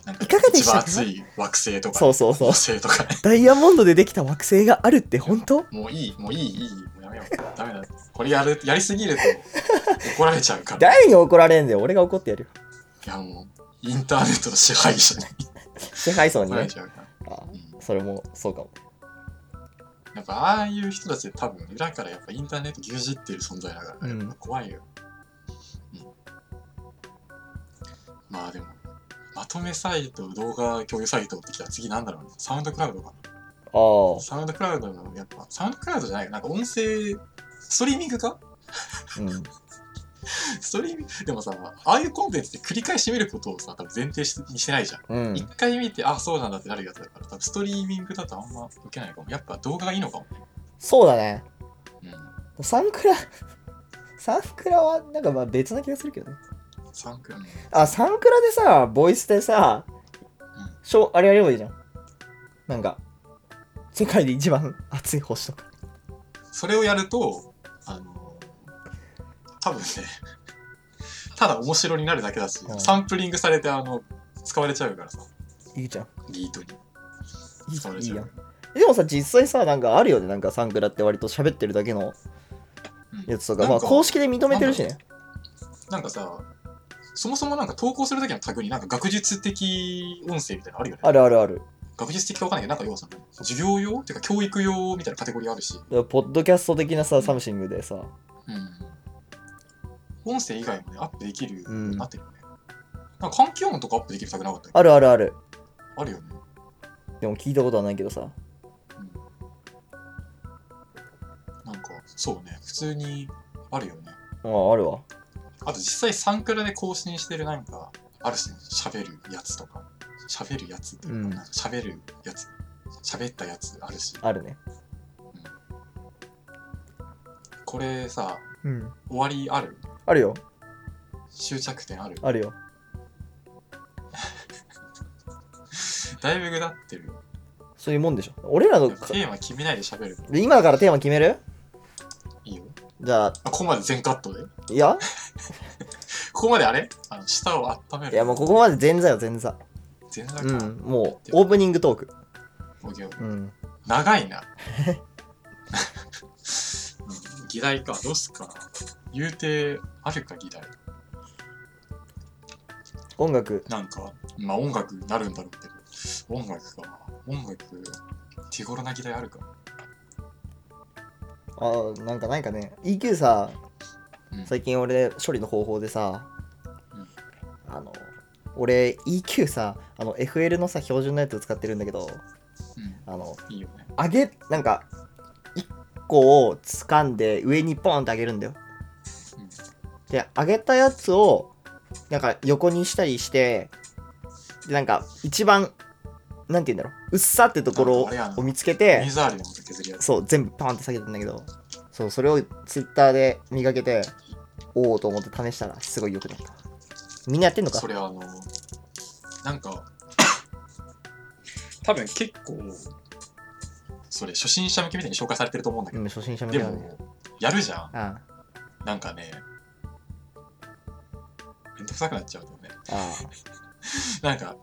な。なんかいかがでしたか一番熱い惑星とか、そうそうそう木星とかね。ダイヤモンドでできた惑星があるって本当もういい、もういい、いい。もうやめよう。ダメだ。これやる、やりすぎると怒られちゃうから。誰に怒られんだよ俺が怒ってやるよいや、もう、インターネットの支配者に支配層に怒られねちゃうから。あうんそれもそうかもやっぱああいう人たちって多分裏からやっぱインターネット牛耳ってる存在だから、うんやっぱ怖いよ、うんまあでもまとめサイト動画共有サイトってきたら次なんだろうねサウンドクラウドかああなサウンドクラウドのやっぱサウンドクラウドじゃないなんか音声ストリーミングか うんストリーミングでもさああいうコンテンツって繰り返し見ることをさ多分前提しにしてないじゃんうん一、回見てあそうなんだってなるやつだから多分ストリーミングだとあんま受けないかもやっぱ動画がいいのかもねそうだね。うんサンクラ、 サンクラはなんかまあ別な気がするけどね。サンクラねあ、サンクラでさ、ボイスでさ、んしょあれやればいいじゃん。なんか世界で一番熱い星とかそれをやるとあの多分ね ただ面白になるだけだし、うんサンプリングされてあの使われちゃうからさいいじゃんビートにい使われいいちいゃうやんでもさ実際さなんかあるよねなんかサンクラって割と喋ってるだけのうんやつとかなまんあか公式で認めてるしねなんかさそもそもなんか投稿するときのタグになんか学術的音声みたいなのあるよねあるあるある学術的かわかんないけどなんか要はその授業用っていうか教育用みたいなカテゴリーあるし、だからポッドキャスト的なさサムシングでさ音声以外もねアップできるよううんになってるよね、なんか環境音とかアップできるタグなかったっけあるあるあるあるよね、でも聞いたことはないけどさうん、なんかそうね普通にあるよねあああるわあと実際サンクラで更新してるなんかあるし、ね、喋るやつとか喋るやつっていうかうんなんか喋るやつ喋ったやつあるしあるねこれさうん終わりあるあるよ終着点あるあるよだいぶぐだってるそういうもんでしょ俺らのテかーマ決めないで喋るで今からテーマ決めるいいよじゃああここまで全カットでいやここまであれあの舌を温めるいやもうここまで前座よ前座全然うか、んもうオープニングトークオッケーオッケーうん長いな うん議題かどうすっかな言うてあるか議題音楽なんかまあ音楽になるんだろうけど音楽か音楽手頃な議題あるかあーなんかないかね EQ さうん最近俺処理の方法でさうんあの俺 EQ さあの FL のさ標準のやつ使ってるんだけどうんあのいいよね上げなんか1個を掴んで上にポンって上げるんだようんで上げたやつをなんか横にしたりしてでなんか一番なんて言うんだろううっさってところなんかあれやなを見つけて水ありのこと削りやすそう全部パーンって下げたんだけどそうそれをツイッターで磨けておおと思って試したらすごい良くなったみんなやってんのかそれあのなん か多分結構それ初心者向けみたいに紹介されてると思うんだけうど、ん初心者向でけなんだよもやるじゃんあなんかね、めんどくさくなっちゃうんだよね。ああなんか、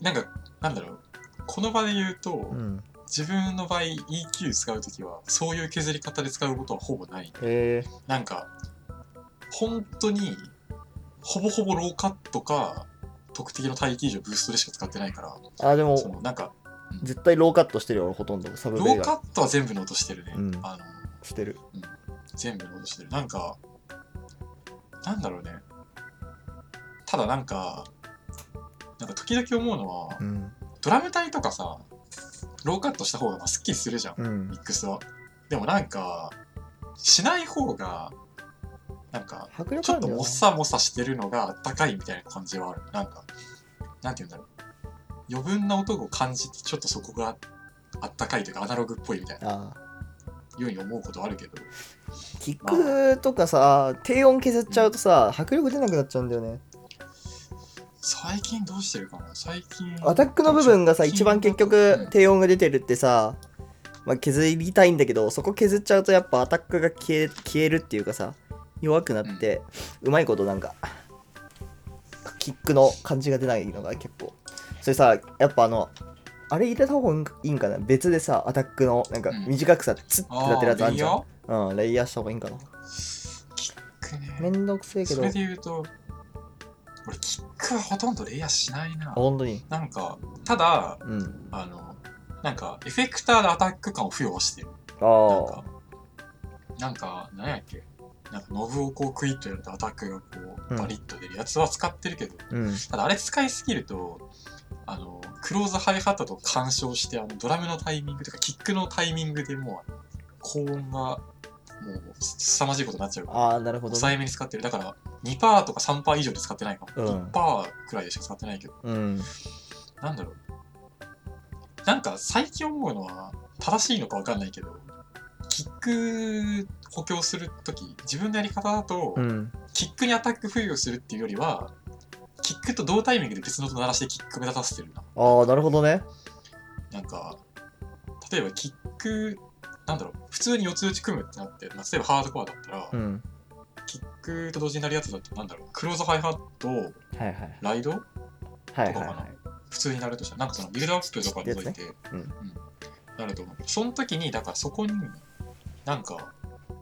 なんか、なんだろう。この場で言うと、あうん自分の場合 EQ 使うときは、そういう削り方で使うことはほぼない。えなんか、本当に、ほぼほぼローカットか、特定の帯域以上ブーストでしか使ってないから、ー、あでそものなんか、絶対ローカットしてるよ俺ほとんどサブロベイーがカットは全部の音してるね。うんあのしてる全部ロードしてるなんかなんだろうねただなんかなんか時々思うのは、うんドラム体とかさローカットした方がまあスッキリするじゃん、うんミックスはでもなんかしない方がなんか迫力ちょあっるんだとよもなっさもさしてるのがあったかいみたいな感じはあるなんかなんて言うんだろう余分な音を感じてちょっとそこがあったかいというかアナログっぽいみたいなああように思うことあるけどキックとかさ、低音削っちゃうとさ、迫力出なくなっちゃうんだよね。最近どうしてるかな最近アタックの部分がさ、直近一番結う局ん低音が出てるってさ、まあ、削りたいんだけど、そこ削っちゃうとやっぱアタックが消え消えるっていうかさ、弱くなって、うまいことなんか、キックの感じが出ないのが結構。それさ、やっぱあの、あれ入れた方がいいんかな別でさ、アタックのなんかうん短くさ、ツッってなってるやつああるーじゃん。うん、レイヤーした方がいいんかな。レイヤーねめんどくせえけそど、れあで言うと俺キックはほとんどレイヤーしないな本当に。なんかただうん。あのなんかエフェクターでアタック感を付与はしてるあなあんか。なんか何やっけなんかノブをこうクイッとやるとアタックがこううんバリッと出るやつは使ってるけど、うん。ただあれ使いすぎるとあのクローズハイハットと干渉してあのドラムのタイミングとかキックのタイミングでもうあの高音がもう凄まじいことになっちゃうからああ、なるほど、抑えね。めに使ってるだから2%とか3%以上で使ってないかうも、ん1%くらいでしか使ってないけどうん。なんだろうなんか最近思うのは正しいのか分かんないけどキック補強するとき自分のやり方だと、うん。キックにアタック付与するっていうよりは、キックと同タイミングで別の音鳴らしてキック目立たせてるな。ああ、なるほどね。なんか例えばキックなんだろう普通に四つ打ち組むってなって、まあ、例えばハードコアだったら、うん。キックと同時になるやつだとなんだろうクローズハイハットはいはい。ライドはいはいはい。普通になるとしたらなんかそのビルドアップとか除いやつて、うんなると思うその時にだからそこになんか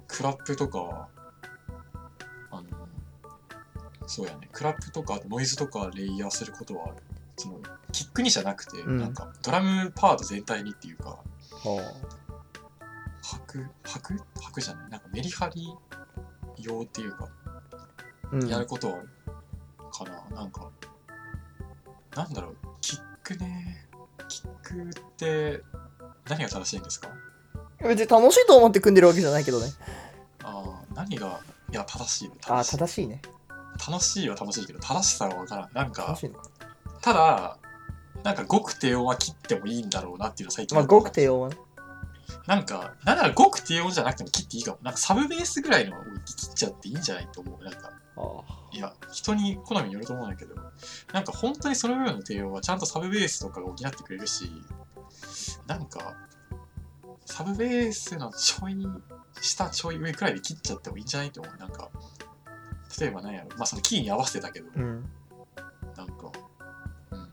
クラップとかあのそうやねクラップとかノイズとかレイヤーすることはあるそのキックにじゃなくて、うんなんかドラムパート全体にっていうかほう。拍拍拍じゃないなんかメリハリ用っていうかうん、やることはあるかな、なんかなんだろうキックねキックって何が正しいんですか別に楽しいと思って組んでるわけじゃないけどね。あー何がいや正しいああ、正しい正しいね。楽しいは楽しいけど正しさは分からんなん楽かしいの。ただなんか極低音は切ってもいいんだろうなっていうのは最近まあ、ごく低音はね。なんかなんなら極低音じゃなくても切っていいかもなんかサブベースぐらいの音域切っちゃっていいんじゃないと思うなんかあいや、人に好みによると思うんだけど、なんか本当にその部分の低音はちゃんとサブベースとかが補ってくれるし、なんか、サブベースのちょい下、ちょい上くらいで切っちゃってもいいんじゃないと思う。なんか、例えば何やろ、まあそのキーに合わせてだけど、あ。うん。なんか、うん、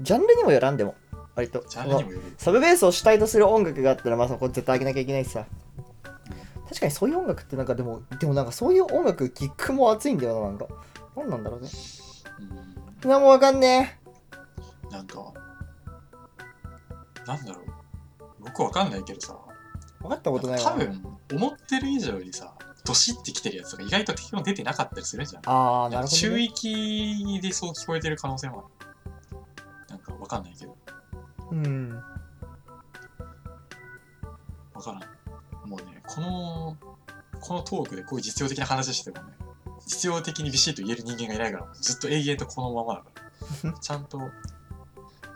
ジャンルにもよらんでも、割と。ジャンルにもよる。サブベースを主体とする音楽があったらまあそこ絶対上げなきゃいけないしさ確かにそういう音楽ってなんかでもでもなんかそういう音楽キックも熱いんだよななんか何なんだろうねうん、何もわかんねなんか、なんだろう、僕わかんないけどさ、え分かったことない多わ分、思ってる以上にさ、どしってきてるやつが意外と低音出てなかったりするじゃん。ああなるほど、中ね、域でそう聞こえてる可能性もある。なんかわかんないけど、うんわからん。もうね、この、このトークでこういう実用的な話してもね、実用的にビシッと言える人間がいないから、ずっと永遠とこのまま だから。ちゃんと、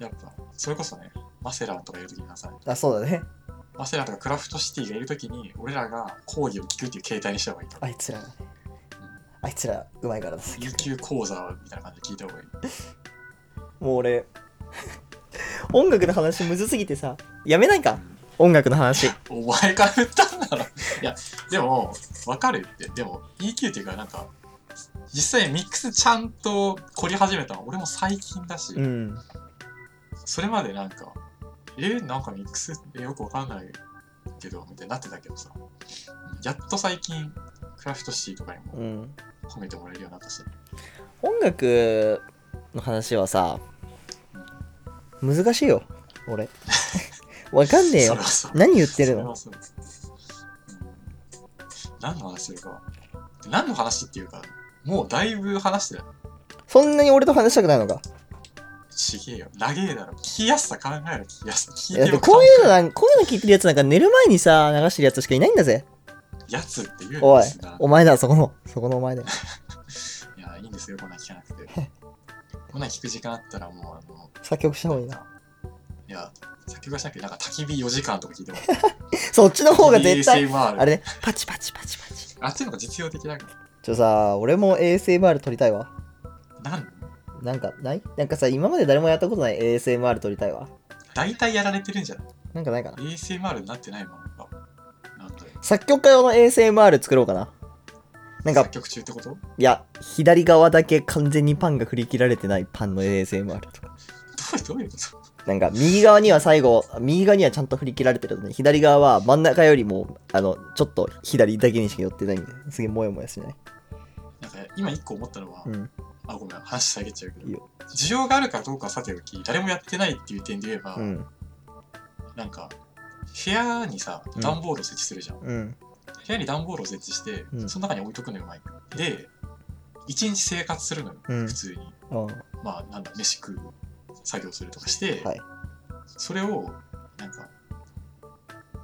やっぱ、それこそね、マセランとかいるときになさい。あそうだねマセランとかクラフトシティがいるときに、俺らが講義を聞くっていう形態にした方がいいと思あいつらがねあいつらうまいからだう。有給講座みたいな感じで聞いた方がいい。もう俺音楽の話むずすぎてさやめないか音楽の話お前から言ったんだろいやでも分かるってでも EQ っていうかなんか実際ミックスちゃんと凝り始めたの俺も最近だし、うんそれまでなんかえなんかミックスってよく分かんないけどみたいになってたけどさやっと最近クラフトシティとかにうもん褒めてもらえるようになったし、音楽の話はさ難しいよ俺 わかんねえそよれはそう何言ってるそれのはそううん何の話するか何の話っていうかもうだいぶ話してたよそんなに俺と話したくないのかちげえよ。長えだろ。聞きやすさ考えろ、聞きやすさ。聞いいてやよこういうのなんこういうの聞いてるやつなんか寝る前にさ流してるやつしかいないんだぜやつって言うおんいですな。お前だそこのそこのお前だよいや、いいんですよ、こんなん聞かなくて。こんなん聞く時間あったらもう、あの、作曲した方がいいないや、先がしなくて、なんか焚き火4時間とか聞いてもらそっちの方が絶対 ASMR あれねパチパチパチパチあっちの方が実用的だかちょさ俺も ASMR 撮りたいわら。なんなんかないなんかさ今まで誰もやったことない ASMR 撮りたいわ大体やられてるんじゃないなんかないかな ?ASMR になってないもんが。なんだよ。作曲家用の ASMR 作ろうかななんか作曲中ってことどいや左側だけ完全にパンが振り切られてないパンの ASMR とかうどういうことなんか右側には最後右側にはちゃんと振り切られてるのに左側は真ん中よりもあのちょっと左だけにしか寄ってないんですげえモヤモヤしないなんか今一個思ったのは、うんあ、ごめん、話下げちゃうけどいいよ需要があるかどうかはさておき、誰もやってないっていう点で言えば、うんなんか部屋にさうん段ボールを設置するじゃん、部うん屋に段ボールを設置して、うんその中に置いとくのよマイクで一日生活するのよ、うん普通にあはまあなんだ飯食う作業するとかして、いそれをなんか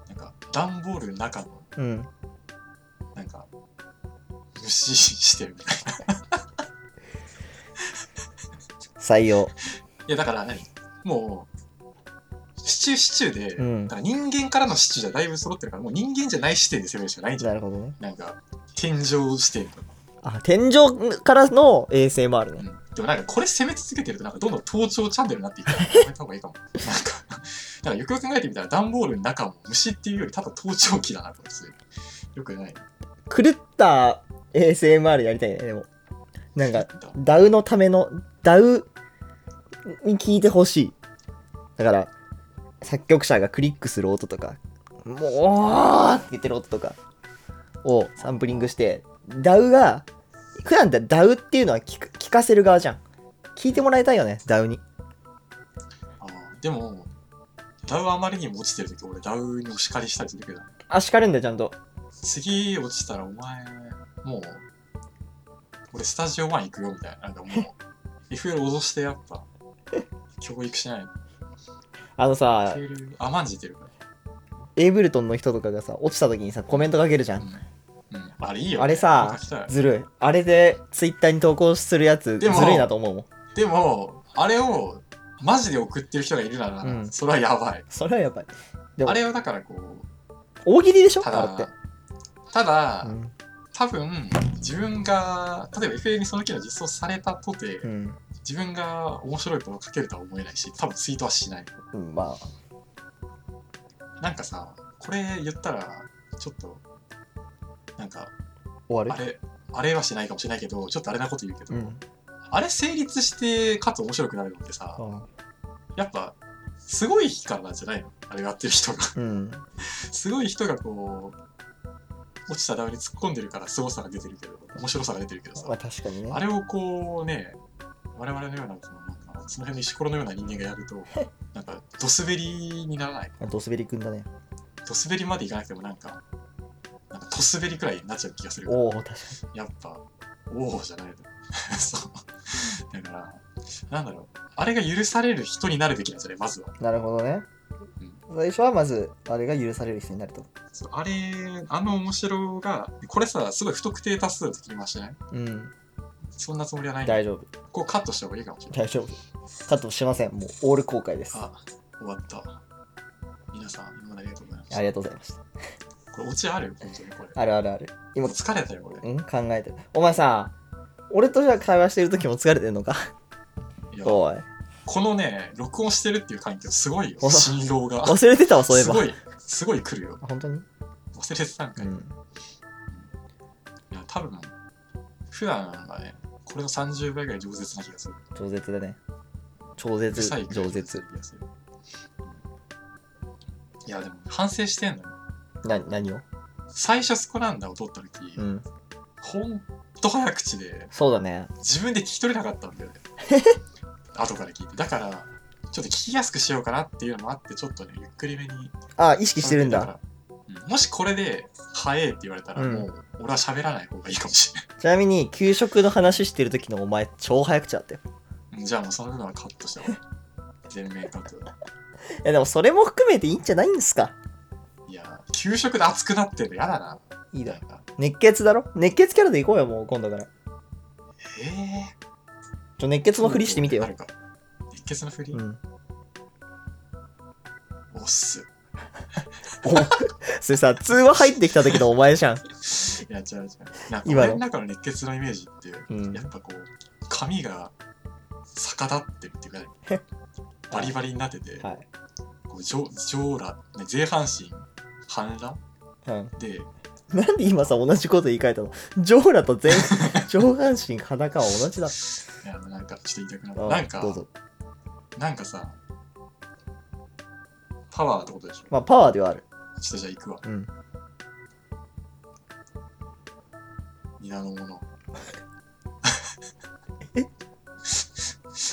なんか段ボールの中のうんなんか無視してるみたいな採用いやだから何もうシチューシチューで、うんだから人間からのシチューじゃだいぶ揃ってるからもう人間じゃない視点で攻めるしかないんじなゃないるほどねなんか天井視点とかあ天井からの ASMR ねうんでもなんかこれ攻め続けてるとなんかどんどん盗聴チャンネルになっていくからやめた方がいいかも。なんかだからよくよく考えてみたら段ボールの中も虫っていうよりただ盗聴器だなと思ってよくない狂った ASMR やりたいねでもなんかだダウのためのダウに聞いてほしいだから作曲者がクリックする音とかもうおーって言ってる音とかをサンプリングしてダウが普段だってダウっていうのは聞く聞かせる側じゃん聞いてもらいたいよねダウにあーでもダウあまりにも落ちてる時俺ダウにお叱りしたりするけどあ叱るんだよちゃんと次落ちたらお前もう俺スタジオ前行くよみたいななんかもう FL 脅してやっぱ教育しないあのさ FL 甘んじてるかエイブルトンの人とかがさ落ちた時にさコメントかけるじゃら、んうんうん、あれいいよ、ね、あれさ書きたいずるいあれでツイッターに投稿するやつずでもるいなと思うもんでもあれをマジで送ってる人がいるなら、うんそれはやばいそれはやっぱりでもあれはだからこう大喜利でしょたあれだって、ただ、うん多分自分が例えば FA にその機能実装されたとて、うん自分が面白いことを書けるとは思えないし多分ツイートはしないうん、まなんかさこれ言ったらちょっとなんかあ終あわるれあれはしないかもしれないけどちょっとあれなこと言うけど、うんあれ成立してかつ面白くなるのってさあやっぱすごい日からなんじゃないのあれやってる人がうんすごい人がこう落ちたダウに突っ込んでるから凄さが出てるけど面白さが出てるけどまあさ確かにねあれをこうね我々のようなそのなんかその辺の石ころのような人間がやるとなんかドスベリにならないあドスベリ君だねドスベリまでいかなくてもなんか、なんかトスベリくらいになっちゃう気がするからおお確かやっぱ、おおじゃないの。 そう。だから、なんだろう。あれが許される人になるべきなんじゃないまずは。になるほどね最初はまずあれが許される人になるとそうあれ、あの面白が、これさ、すごい不特定多数って聞きましたね。うんそんなつもりはないんだ大丈夫こうカットした方がいいかもしれない。大丈夫カットしませんもうオール公開ですああ、終わった。皆さん、今までありがとうございましりがとうございましたた。これ、オチある本当にこれ。あるあるある今もう疲れたよ、俺。うん考えてるお前さ俺とじゃあ会話してる時も疲れてんのかいや、こおいのね、録音してるっていう環境、すごいよ。ほら振動が。忘れてたわそういえすばごい、すごい来るよ。あ本当に忘れてたんかうい。んいや、多分、普段はね、これの30倍ぐらい饒舌な気がする。超絶だね超う絶るさい超絶気がする。いや、でも反省してんのよ。な何を最初スコランダを取った時、うんほんと早口で、そうだね自分で聞き取れなかったん だよね。後から聞いて。だから、ちょっと聞きやすくしようかなっていうのもあって、ちょっとね、ゆっくりめに。あ意識してるんだうん。もしこれで、早えって言われたら、うんもう、俺は喋らない方がいいかもしれちなみに給食の話してる時のお前超早口だったよ ない。 じゃあもうその部分はカットした方がいい全面カットだ。えでもそれも含めていいんじゃないんですかいや、給食で熱くなってるのやだな。いいだなろんか熱血だろ熱血キャラでいこうよもう今度からええちょ熱血のふりしてみてよな、るか熱血のふり、うん、 おっす。おそれさ通話入ってきた時のお前じゃんいや、違う違う。なんか今の俺の中の熱血のイメージって、うんやっぱこう、髪が逆立ってるっていうか、 バリバリになってて、はい、こう上上裸、ね、前半身半裸うん、で、なんで今さ同じこと言い換えたのジョーラと 全上半身裸は同じだいやなんかちょっと言いたくなある。なんかどう、ぞなんかさ、パワーってことでしょ、まあパワーではあるちょっとじゃあ行くわ。うん皆の者。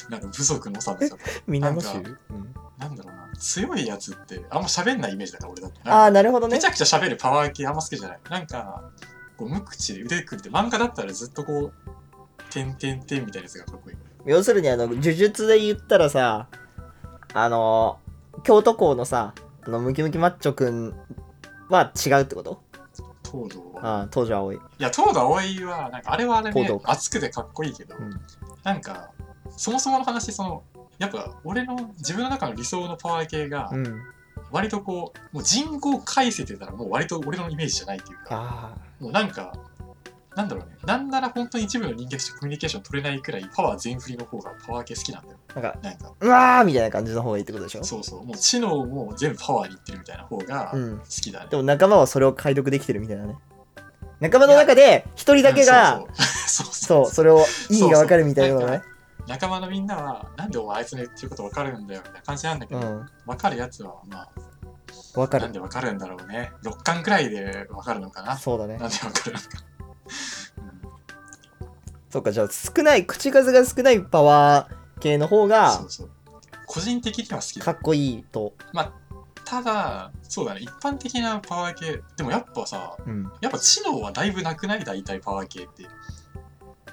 なんか部族のさなっちゃった皆の州、なうんかん、なんだろうな、強いやつってあんま喋んないイメージだから俺だって。ああなるほどねめちゃくちゃ喋るパワー系あんま好きじゃない。なんか、こう無口で腕組んで、漫画だったらずっとこう、てんてんてんみたいなやつがかっこいい。要するにあの呪術で言ったらさあの京都校のさあのムキムキマッチョくんは違うってこと東堂は。ああ東條葵いや、東堂葵は、なんかあれはあれ東ね堂、か熱くてかっこいいけど、うんなんか、そもそもの話、その、やっぱ俺の自分の中の理想のパワー系が、うん割とこう、もう人口解析てたらもう割と俺のイメージじゃないっていうか、あもうなんか、なんだろうねなんなら本当に一部の人間としてコミュニケーション取れないくらいパワー全振りの方がパワー系好きなんだよなんか、なんかうわーみたいな感じの方がいいってことでしょそうそうもう知能も全部パワーにいってるみたいな方うが好ん。きだね、でも仲間はそれを解読できてるみたいなね。仲間の中で一人だけが、そうそうそう、それを意味がわかるみたいなのね。仲間のみんなはなんでお前あいつの言ってること分かるんだよみたいな感じなんだけうど、ん。分かるやつはまあわかなんる。で分かるんだろうね6巻くらいで分かるのかなそうだねな。んで分かるのかそうか、じゃあ少ない、口数が少ないパワー系の方うん、そがうそう個人的には好きかだっこいいと。ただそうだね一般的なパワー系でもやっぱさうん。やっぱ知能はだいぶなくない大体パワー系って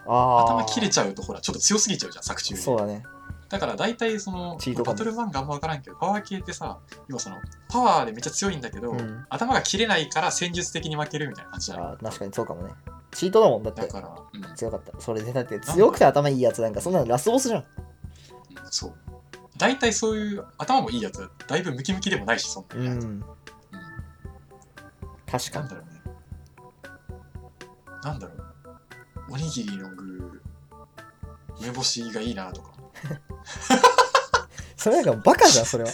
ああ。頭切れちゃうとほらちょっと強すぎちゃうじゃん作中でそうだね。だから大体そのチート感バトル漫画あんま分からんけどパワー系ってさ要はそのパワーでめっちゃ強いんだけど、うん頭が切れないから戦術的に負けるみたいな感じだねあー確かにそうかもね。チートだもん、だってだ。から、うん、うん強かった。それでだって強くて頭いいやつなんか、そんなのラスボスじゃん。そう大体そういう頭もいいやつだいぶムキムキでもないしそんなに、うん。確かなんに。だろうねなんだろうおにぎりの具梅干しがいいなとかそれなんかバカじゃん、そ れは。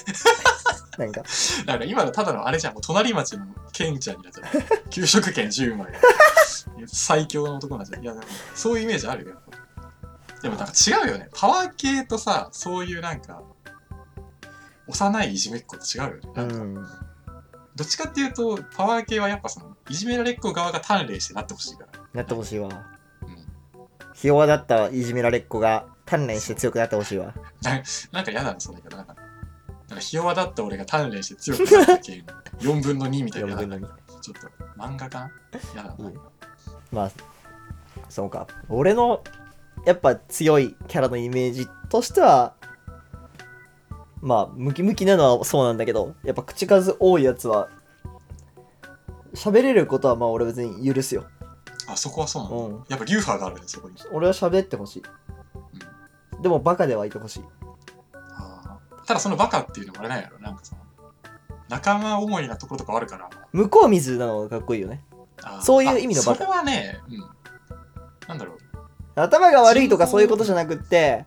なんか、なんか今のただのあれじゃん、もう隣町のケンちゃんになっちゃう。給食券10枚。最強の男になっちゃう。いや、でもそういうイメージあるよ。でもなんか違うよね。パワー系とさ、そういうなんか、幼いいじめっ子と違うよね。うなんかん。どっちかっていうと、パワー系はやっぱその、いじめられっ子側が鍛錬してなってほしいから。なってほしいわ。うん。ひ弱だったいじめられっ子が鍛錬して強くなってほしいわ。なんか嫌だな、その言い方。なんか、なんかひ弱だった俺が鍛錬して強くなった系の4分の2みたいな。 4分の2ちょっと、漫画かな嫌だな。うんまあ、そうか。俺の、やっぱ強いキャラのイメージとしては、まあ、ムキムキなのはそうなんだけど、やっぱ口数多いやつは、喋れることはまあ俺別に許すよ。あそこはそうなのうん。やっぱ流派があるね、そこに。俺は喋ってほしい。でもバカではいてほしい。あーただそのバカっていうのもあれなんやろ、なんかその、仲間思いなところとかあるから。向こう水なのがかっこいいよね。あーそういう意味のバカあそれはね、うん。なんだろう。頭が悪いとかそういうことじゃなくって、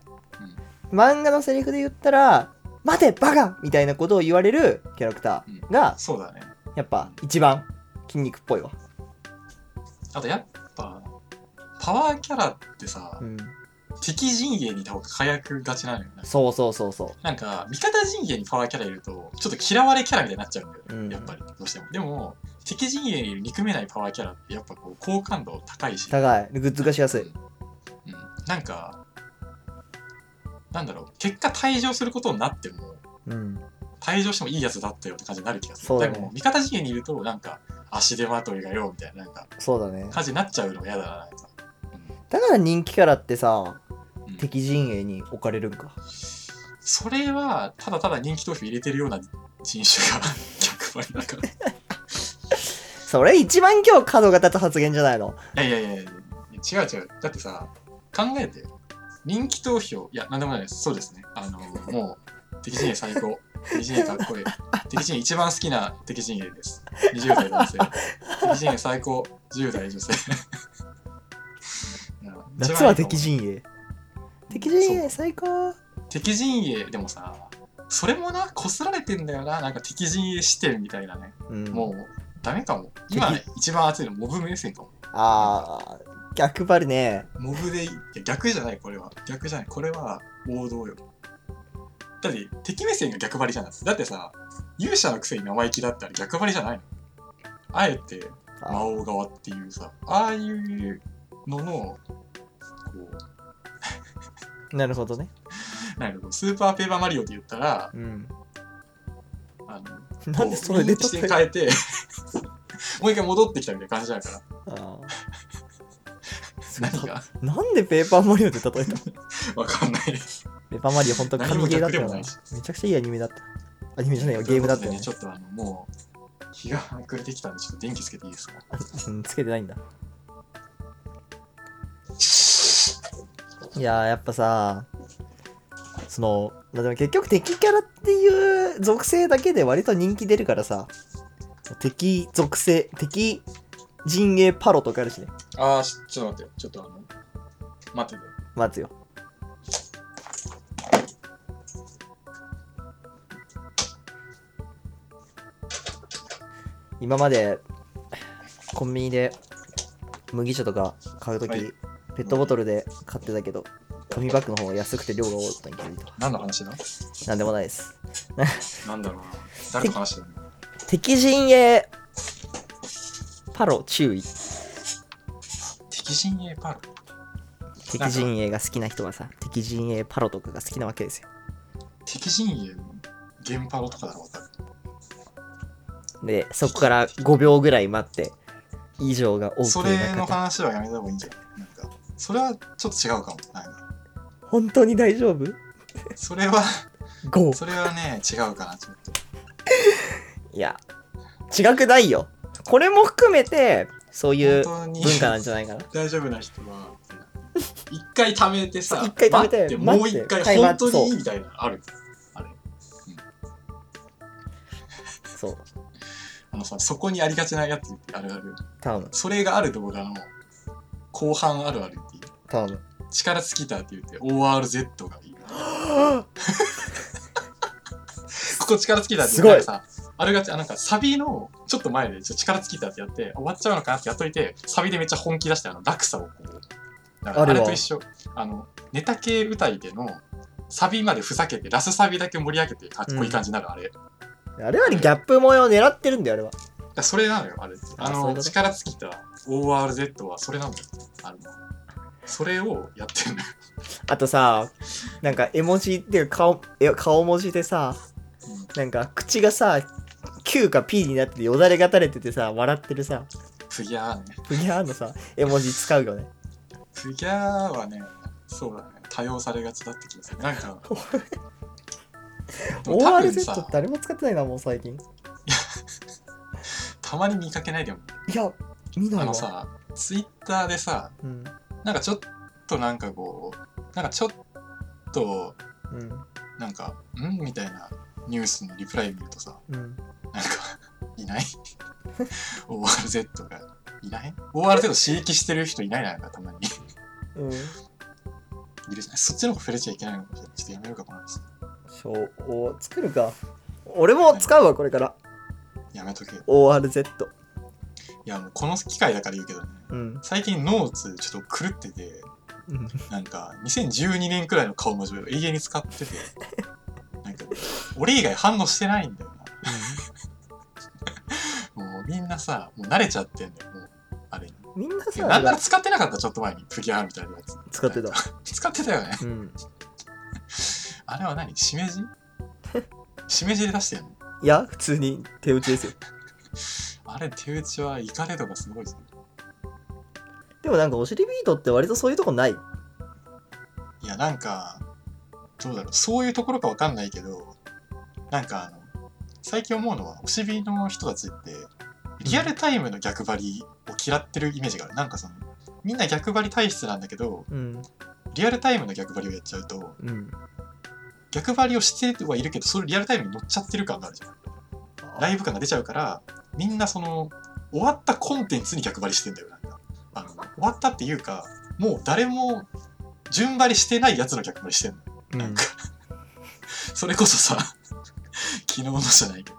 漫画のセリフで言ったら、待てバカみたいなことを言われるキャラクターが、そうだね。やっぱ一番筋肉っぽいわ。あとやっぱ、パワーキャラってさ、うん。敵陣営にいた方が輝くがちなのよな。そうそうそうそなんか、味方陣営にパワーキャラいると、ちょっと嫌われキャラみたいになっちゃうんだよう。ね。うん。やっぱり、どうしても。でも、敵陣営に憎めないパワーキャラって、やっぱこう、好感度高いし。高い。グッズ化しやすい。うん、なんかなんだろう結果退場することになってもうん。退場してもいいやつだったよって感じになる気がするそうだねでも味方陣営にいるとなんか足手まといがよみたいななんかそうだね。感じになっちゃうのが嫌だななんか、だから人気キャラってさ、うんうん敵陣営に置かれるんか。それはただただ人気投票入れてるような人種が 逆張りだかそれ一番今日角が立つ発言じゃないの。らいやいやいやいや違う違うだってさ考えてよ人気投票いやなんでもないですそうですねあのもう敵陣営最高敵陣営かっこいい敵陣営一番好きな敵陣営です20代男性敵陣営最高10代女性 いや夏は敵陣営。敵陣そう営最高。敵陣営でもさそれもなこすられてんだよななんか敵陣営視点みたいなね、うん。もうダメかも今敵一番熱いのモブ目線かもああ、逆張るね。モブでいいいや逆じゃないこれは逆じゃないこれは王道よだって敵目線が逆張りじゃないだってさ勇者のくせに生意気だったら逆張りじゃないのあえて魔あー王側っていうさああいうののこうなるほどね。なんかこうスーパーペーパーマリオで言ったらうん。あのなんでそれでこう例視え点変えて もう一回戻ってきたみたいな感じだからあー何がなんでペーパーマリオで例えたのわかんないですペーパーマリオ本当 何も神ゲーだ逆っでたよな。もなめいしちゃくちゃいいアニメだった。アニメじゃないよ、ゲームだったよ、といねうことでね。ちょっとあのもう日が暮れてきたんでちょっと電気つけていいですか うんつけてないんだ。いやーやっぱさそのまあでも結局敵キャラっていう属性だけで割と人気出るからさ敵属性敵陣営パロとかあるしねあーし、ちょっと待ってよ。ちょっとあの、待ってて。待つよ。今までコンビニで麦茶とか買うとき、はいペットボトルで買ってたけど、紙バッグの方が安くて量が多かったに気づいた。何の話だなんでもないです。なんだろうな。誰の話だろうな敵陣へパロ注意。敵陣営パロ。敵陣営が好きな人はさ、敵陣営パロとかが好きなわけですよ。敵陣営のゲンパロとかだろう、多分。で、そこから5秒ぐらい待って、以上が OK それのな方。話はやめた方がいいんじゃないなんか、それはちょっと違うかも。なんか本当に大丈夫それは、 ?5。それはね、違うかな、ちょっと。いや、違くないよ。これも含めて、そういう本当に文化なんじゃないかな。大丈夫な人は、一回貯めてさ、 そう一回貯めて待ってもう一待って回、はい本当にいいみたいなのある。あれ。そう、あのさ、そこにありがちなやつってあるある。頼む、それがあると僕あの、後半あるあるっていう。頼む。力尽きたって言って ORZ がい い。ここ力尽きたってす言ごっいてさ、あれがち、あなんかサビのちょっと前でちょ力尽きたってやって、終わっちゃうのかなってやっといて、サビでめっちゃ本気出して、あの、落差をこう、なんかああれはれと一緒。あの、ネタ系歌いでの、サビまでふざけて、ラスサビだけ盛り上げてかっこいい感じになる、あれ。だかあれはねギャップ模様狙ってるんだよ、あれは。らそれなのよ、あれ。ああそういうの、こと力尽きた ORZ はそれなのよ。あの、それをやってるのよ。 あとさ、なんか絵文字っていうか顔、え顔文字でさ、なんか口がさ、Q か P になっててよだれが垂れててさ、笑ってるさ、ふぎゃーね。ふにゃーのさ、絵文字使うよね。フギャーはね、そうだね、多用されがちだって気がする。な んか、でも多分 ORZ さって、誰も使ってないな、もう最近。たまに見かけないでも、いや、見なあいのわ。さ、ツイッターでさ、うん。なんかちょっとなんかこう、なんかちょっと、うん。なんか、んみたいなニュースのリプライ見るとさ、うん。なんか、いない ?ORZ がいない ?ORZ 刺激してる人いないなんかたまに。うん。いるじゃないそっちの方が触れちゃいけないのかもしれない。ちょっとやめるかもな。そう、お作るか。俺も使うわ、これから。やめとけよ。 ORZ。いや、もうこの機会だから言うけどね。うん。最近ノーツちょっと狂っててうんなんか2012年くらいの顔文字を永遠に 使っててなんか俺以外反応してないんだよな もうみんなさもう慣れちゃってんだよもうあれにみんなさ、なんなら使ってなかったちょっと前にプギャーみたいなやつ使ってた。使ってたよねうん。あれは何 しめじしめじで出してんのいや、普通に手打ちですよ。あれ手打ちはイカレ度がすごいですねでもなんか、お尻ビートって割とそういうとこない。いやなんかどうだろうそういうところかわかんないけどなんかあの最近思うのはおしびの人たちってリアルタイムの逆張りを嫌ってるイメージがあるなんかそのみんな逆張り体質なんだけどうん。リアルタイムの逆張りをやっちゃうとうん。逆張りをしてはいるけどそれリアルタイムに乗っちゃってる感があるじゃんライブ感が出ちゃうからみんなその終わったコンテンツに逆張りしてんだよなんかあの終わったっていうかもう誰も順張りしてないやつの逆張りしてんのうん。それこそさ、昨日のじゃないけど、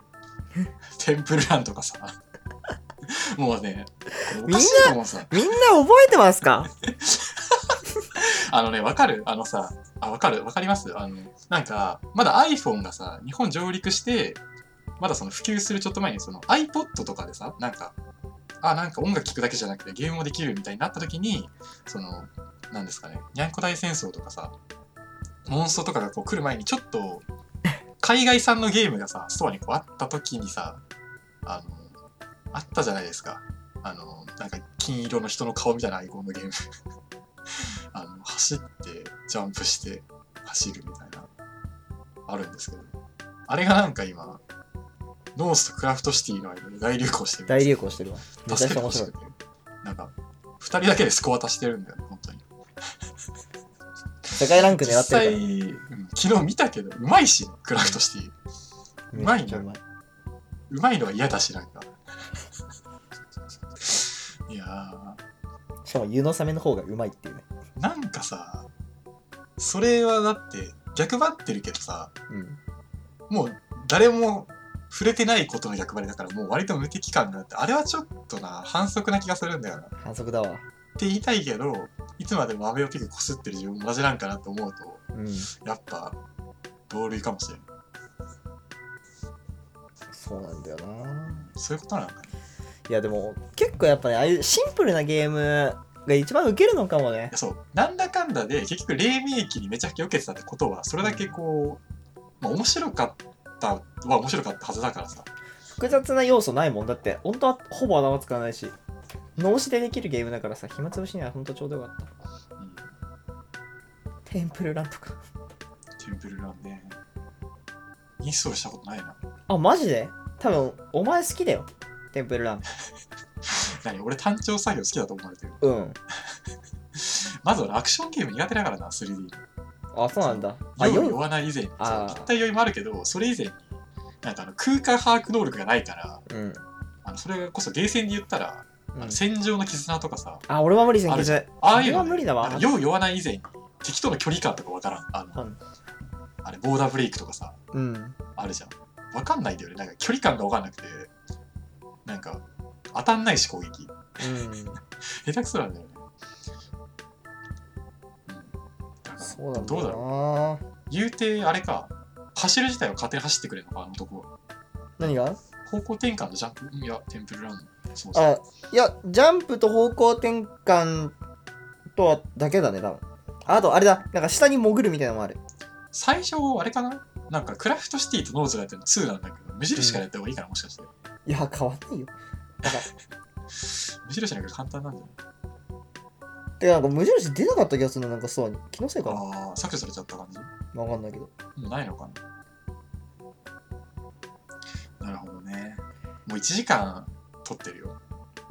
テンプルランとかさ、もうね、おかしいと思うさ、みんな覚えてますかあのね、わかるあのさ、あ、わかるわかりますあの、なんか、まだ iPhone がさ、日本上陸して、まだその普及するちょっと前に、その iPod とかでさ、なんか、あ、なんか音楽聴くだけじゃなくてゲームもできるみたいになった時に、その、なんですかね、にゃんこ大戦争とかさ、モンストとかがこう来る前にちょっと、海外産のゲームがさ、ストアにこうあった時にさ、あの、あったじゃないですか。あの、なんか金色の人の顔みたいなアイコンのゲーム。 あの、走って、ジャンプして、走るみたいな、あるんですけど、あれがなんか今、ノースとクラフトシティの間で大流行してるんです大流行してるわ。めちゃくち助けてゃ面ほし白いい。。なんか、2人だけでスコア足してるんだよね、本当に。世界ランク狙実って際、るうん昨日見たけど、うまいし、クラフトシティ。から。うまいめっちゃうまい。うまいのは嫌だし、なんか。いやー、かも湯のサメの方がうまいっていうねなんかさそれはだって逆張ってるけどさうんもう誰も触れてないことの逆張りだからもう割と無敵感があってあれはちょっとな反則な気がするんだよなっ反則だわて言いたいけどいつまでもアベをピクこすってる自分も同じなんかなと思うとうんやっぱ同類かもしれんそうなんだよなそういうことなのかねいいやでも結構やっぱねああいうシンプルなゲームが一番ウケるのかもねやそうなんだかんだで結局黎明期にめちゃくちゃ受けてたってことはそれだけこう、まあ、面白かったは面白かったはずだからさ複雑な要素ないもんだって本当はほぼ頭使わないし脳死でできるゲームだからさ暇つぶしには本当ちょうどよかったうんテンプルランとかテンプルランねインストールしたことないなあマジで多分お前好きだよテンプルラン何俺単調作業好きだと思われてるうんまず俺アクションゲーム苦手だからな 3D のあそうなんだあ酔うよ酔わない以前にあーそう立体酔いもあるけどそれ以前になんかあの空間把握能力がないからうん、あのそれこそゲーセンで言ったら、うんあの戦場の絆とかさあ俺は無理せんあるけじゃどああいう俺はの無理だわなんか酔う酔わない以前に敵との距離感とかわからんあの、うんあれボーダーブレイクとかさうんあるじゃんわかんないんだよねなんか距離感がわかんなくてなんか当たんないし攻撃下手くそなんだよね。うんそうなんだどうだろろううな言うてあれか走る自体は勝手に走ってくれるのかあの男は何が方向転換のジャンプいやテンプルランドそうそうあいやジャンプと方向転換とはだけだね多分あとあれだなんか下に潜るみたいなのもある最初あれかななんかクラフトシティとノーズがやってるの2なんだけど無印からやった方がいいかな、もしかしていや変わんないよだから無印なんか簡単なんじゃないてかなんか無印出なかった気がするのなんかそうに気のせいかなああ削除されちゃった感じ分かんないけどもうないのかななるほどねもう1時間撮ってるよ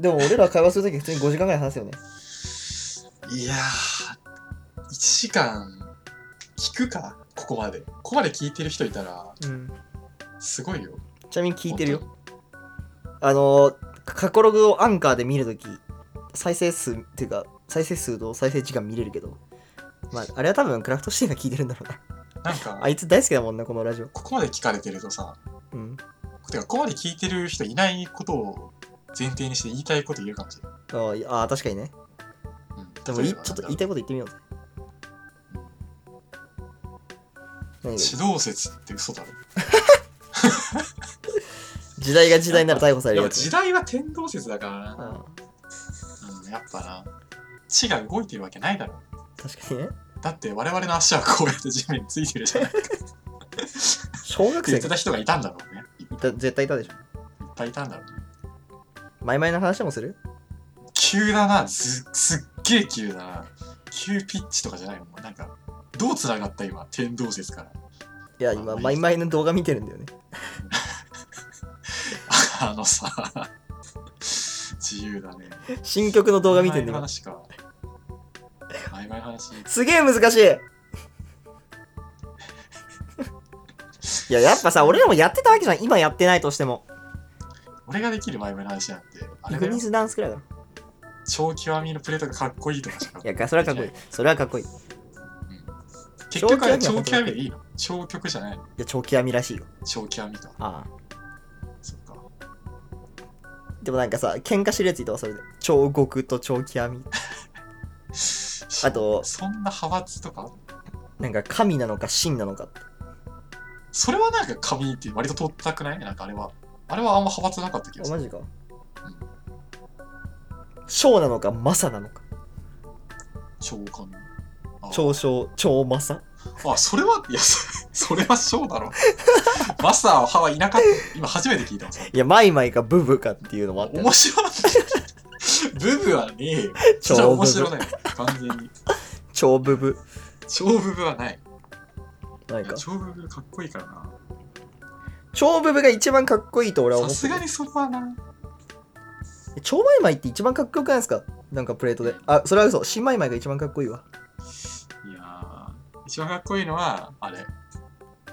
でも俺ら会話するとき普通に5時間ぐらい話すよねいやー、1時間聞くか、ここまで。ここまで聞いてる人いたら、うんすごいよ。ちなみに聞いてるよあのー過去ログをアンカーで見るとき再生数っていうか再生数と再生時間見れるけどまああれは多分クラフトシティが聞いてるんだろうな本当に。なんか、あいつ大好きだもんなこのラジオここまで聞かれてるとさ、うんてか、ここまで聞いてる人いないことを前提にして言いたいこと言えるかもしれない。あーいあー確かにねうん、でもい例ちょえばっと言いたいこと言ってみようぜ何が指導説って嘘だろ。時代が時代になら逮捕されやるやっぱつ時代は天動説だからうな。んうん、やっぱな。地が動いてるわけないだろ。確かにねだって我々の足はこうやって地面についてるじゃないって小学生言ってがた人がいたんだろうね。いっいた絶対いたでしょぱいいたんだろうね。前々の話もする急だなすすっげえ急だな急ピッチとかじゃないもんなんかどうつながった今天動説からいやあ今まあ前々の動画見てるんだよねあのさ自由だね新曲の動画見てるん曖だ昧なよ今話か曖昧な話すげえ難 しいいややっぱさ俺らもやってたわけじゃん今やってないとしても俺ができる曖昧な話なんてあイれグだよニスダンスくらいだろ超極みのプレートがかっこいいとかしかいやそれはかっこいいそれはかっこいいい結局あれ超超極みは本当極みでいいの超極じゃないのや超極みらしいよ超極みかああそっかでもなんかさ喧嘩してるやついたわそれで超極と超極みあとそんな派閥とかなんか神なのか神なのかってそれはなんか神って割と通ったくないなんかあれはあれはあんま派閥なかった気があするマジか小なのかマサなのか超神あ超小超マサあそれはいやそ それはそうだろマスターは歯はいなかった今初めて聞いたのさいやマイマイかブブかっていうのもあって面白いブブはねえよそれは超ブ面白ブい完全に超ブブ超ブブはないなんか超ブブかっこいいからな超ブブが一番かっこいいと俺は思さっすてがるにそれはな超マイマイって一番かっこよくないですかなんかプレートであそれは嘘新マイマイが一番かっこいいわいやー一番かっこいいのはあれ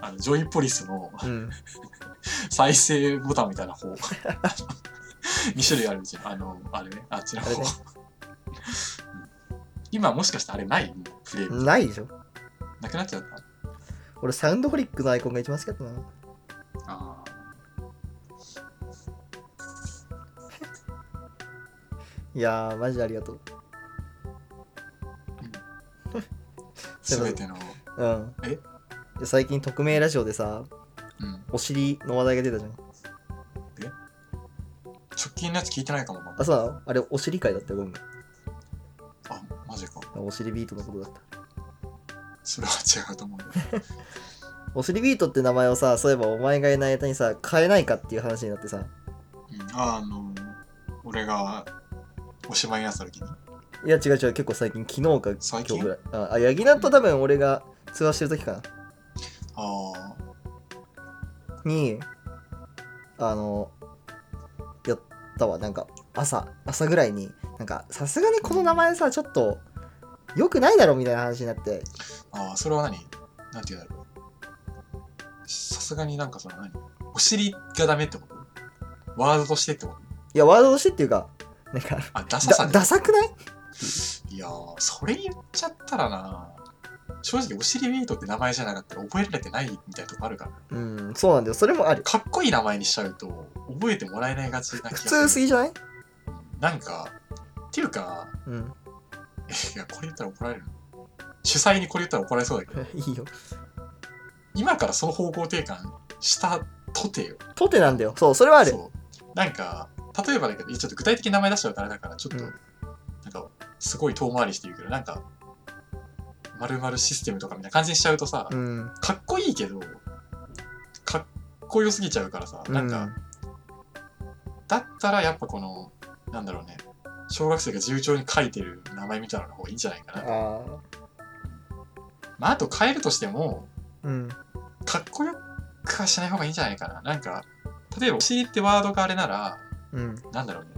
あのジョイポリスのうん再生ボタンみたいな方 2種類あるうちのあのあれねあっちのあれ方ね今もしかしてあれないもうフレーム。ないでしょなくなっちゃった。俺サウンドホリックのアイコンが一番好きだったなあーいやーマジでありがとうすべての。うんえで最近匿名ラジオでさうん。お尻の話題が出たじゃん直近のやつ聞いてないかも、まだあそうなのあれお尻会だったよごめんあ、マジか。お尻ビートのことだったそれは違うと思うん だよ。お尻ビートって名前をさそういえばお前がいない間にさ変えないかっていう話になってさうん、ああの、俺がおしまいになった時に。いや違う違う結構最近昨日か今最日近ぐらいああヤギナと多分俺が通話してる時かなああ、にあのやったわなんか朝朝ぐらいになんかさすがにこの名前さちょっと良くないだろみたいな話になってああ、それは何なんて言うんだろう。さすがになんかその何お尻がダメってことワードとしてってこといやワードとしてっていうかなんかあ、 ダサさだでダサくないいやー、それ言っちゃったらな。正直、お尻ビートって名前じゃなかったら覚えられてないみたいなとこあるから。うんそうなんだよそれもあるかっこいい名前にしちゃうと、覚えてもらえないがちな気が普する。通すぎじゃないなんか、っていうか、うんいや、これ言ったら怒られるの主催にこれ言ったら怒られそうだけど、いいよ今からその方向転換したとてよ。とてなんだよそうそれはあるそうなんか、例えばだけど、いやちょっと具体的に名前出しちゃうとあれだから、ちょっと、うんなんか、すごい遠回りして言うけど、なんか、まるまるシステムとかみたいな感じにしちゃうとさ、うんかっこいいけど、かっこよすぎちゃうからさ、なんか、だったらやっぱこの、なんだろうね、小学生が自由帳に書いてる名前みたいなのがいいんじゃないかうん、な。ああまあ、あと変えるとしても、うんかっこよくはしない方がいいんじゃないかな。なんか、例えばお尻ってワードがあれなら、うんなんだろうね、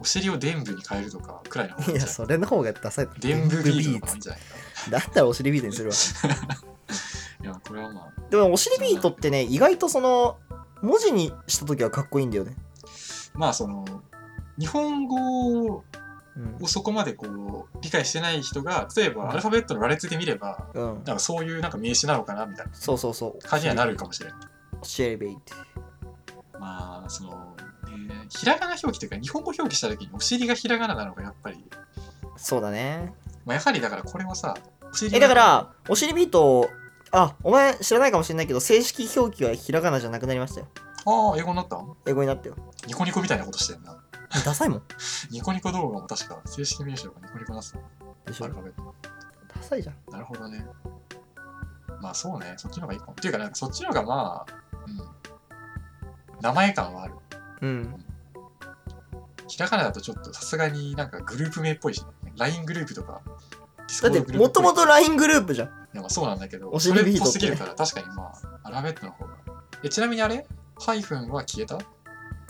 お尻を伝部に変えるとかくらいの方がいいいんやじゃないそれの方がダサい伝部ビートとかもいい伝ん部じゃないかビートだったらお尻ビートにするわな。いや、これはまあ、でもお尻ビートってね意外とその文字にした時はかっこいいんだよね、まあその、日本語をうんをそこまでこう理解してない人が例えばアルファベットの羅列で見ればうん、なんかそういうなんか名詞なのかなみたいなそうそうそう感じにはなるかもしれない。お尻ビートまあその、ね、ひらがな表記というか日本語表記した時にお尻がひらがななのがやっぱり、そうだねまあ、やはりだからこれもさお尻えだからお尻ビートあお前知らないかもしれないけど正式表記はひらがなじゃなくなりましたよああ英語になったん英語になったよニコニコみたいなことしてんな。ダサいもんニコニコ動画も確か正式名称がニコニコなさでしょアルファベット。ダサいじゃんなるほどね。まあそうね、そっちの方がいいかも。っていうかなんかそっちの方がまあ、うん、名前感はある。うんひらがなだとちょっとさすがになんかグループ名っぽいし、ね、LINE グループとか、だ Discord ってグループもともとっぽい LINE グループじゃんいやまあそうなんだけど、おそ尻れビーっトぽってすぎるから確かにまあ、アルファベットの方が。えちなみにあれハイフンは消えた消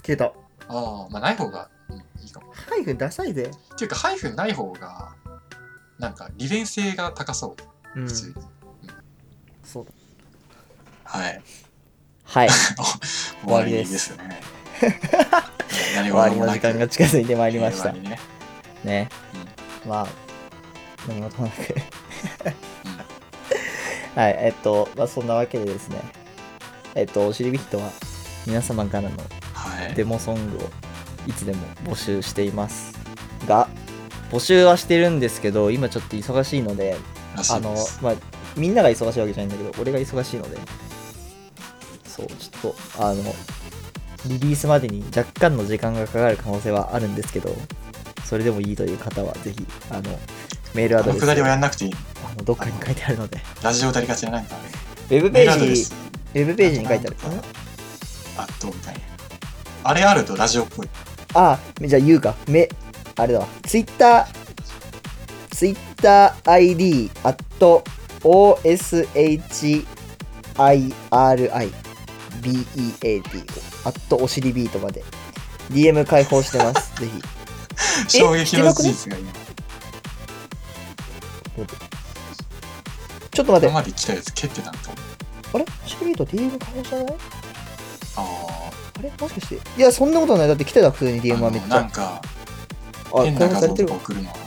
えたああ、まあない方が、うん、いいかも。ハイフンダサいぜっていうかハイフンない方が、なんか利便性が高そう、うん普通に。そうだはい。 はい。終わりですね。終何事もわなりくの時間が近づいてまいりまし終たわりねねまあ何事もなく はいえっとまあそんなわけでですねえっとお尻ビットは皆様からのはい。デモソングをいつでも募集していますが募集はしてるんですけど今ちょっと忙しいのでらしあいのですまあみんなが忙しいわけじゃないんだけど俺が忙しいのでそうちょっとあのリリースまでに若干の時間がかかる可能性はあるんですけどそれでもいいという方はぜひあのメールアあドのレくスだりをやんなくていい。あのどっかに書いてあるのでラジオだりがちななんか、ウェブメペールアドーレジス。ウェブページに書いてあるなんかあとみたいな。あれあるとラジオっぽい。あじゃあ言うかめあれだわツイッターツイッター ID アット OSHIRIBEAT アットお尻ビートまで DM 開放してます ぜひ衝撃の事実が今。ちょっと待って今まで来たやつ蹴ってたんと思う。あれお尻ビート DM 開放してないああれもしかしていやそんなことないだって来てた普通にー DM あはめっの。ちなゃんか、あ変な開放画され像てとるかわ送るのはよ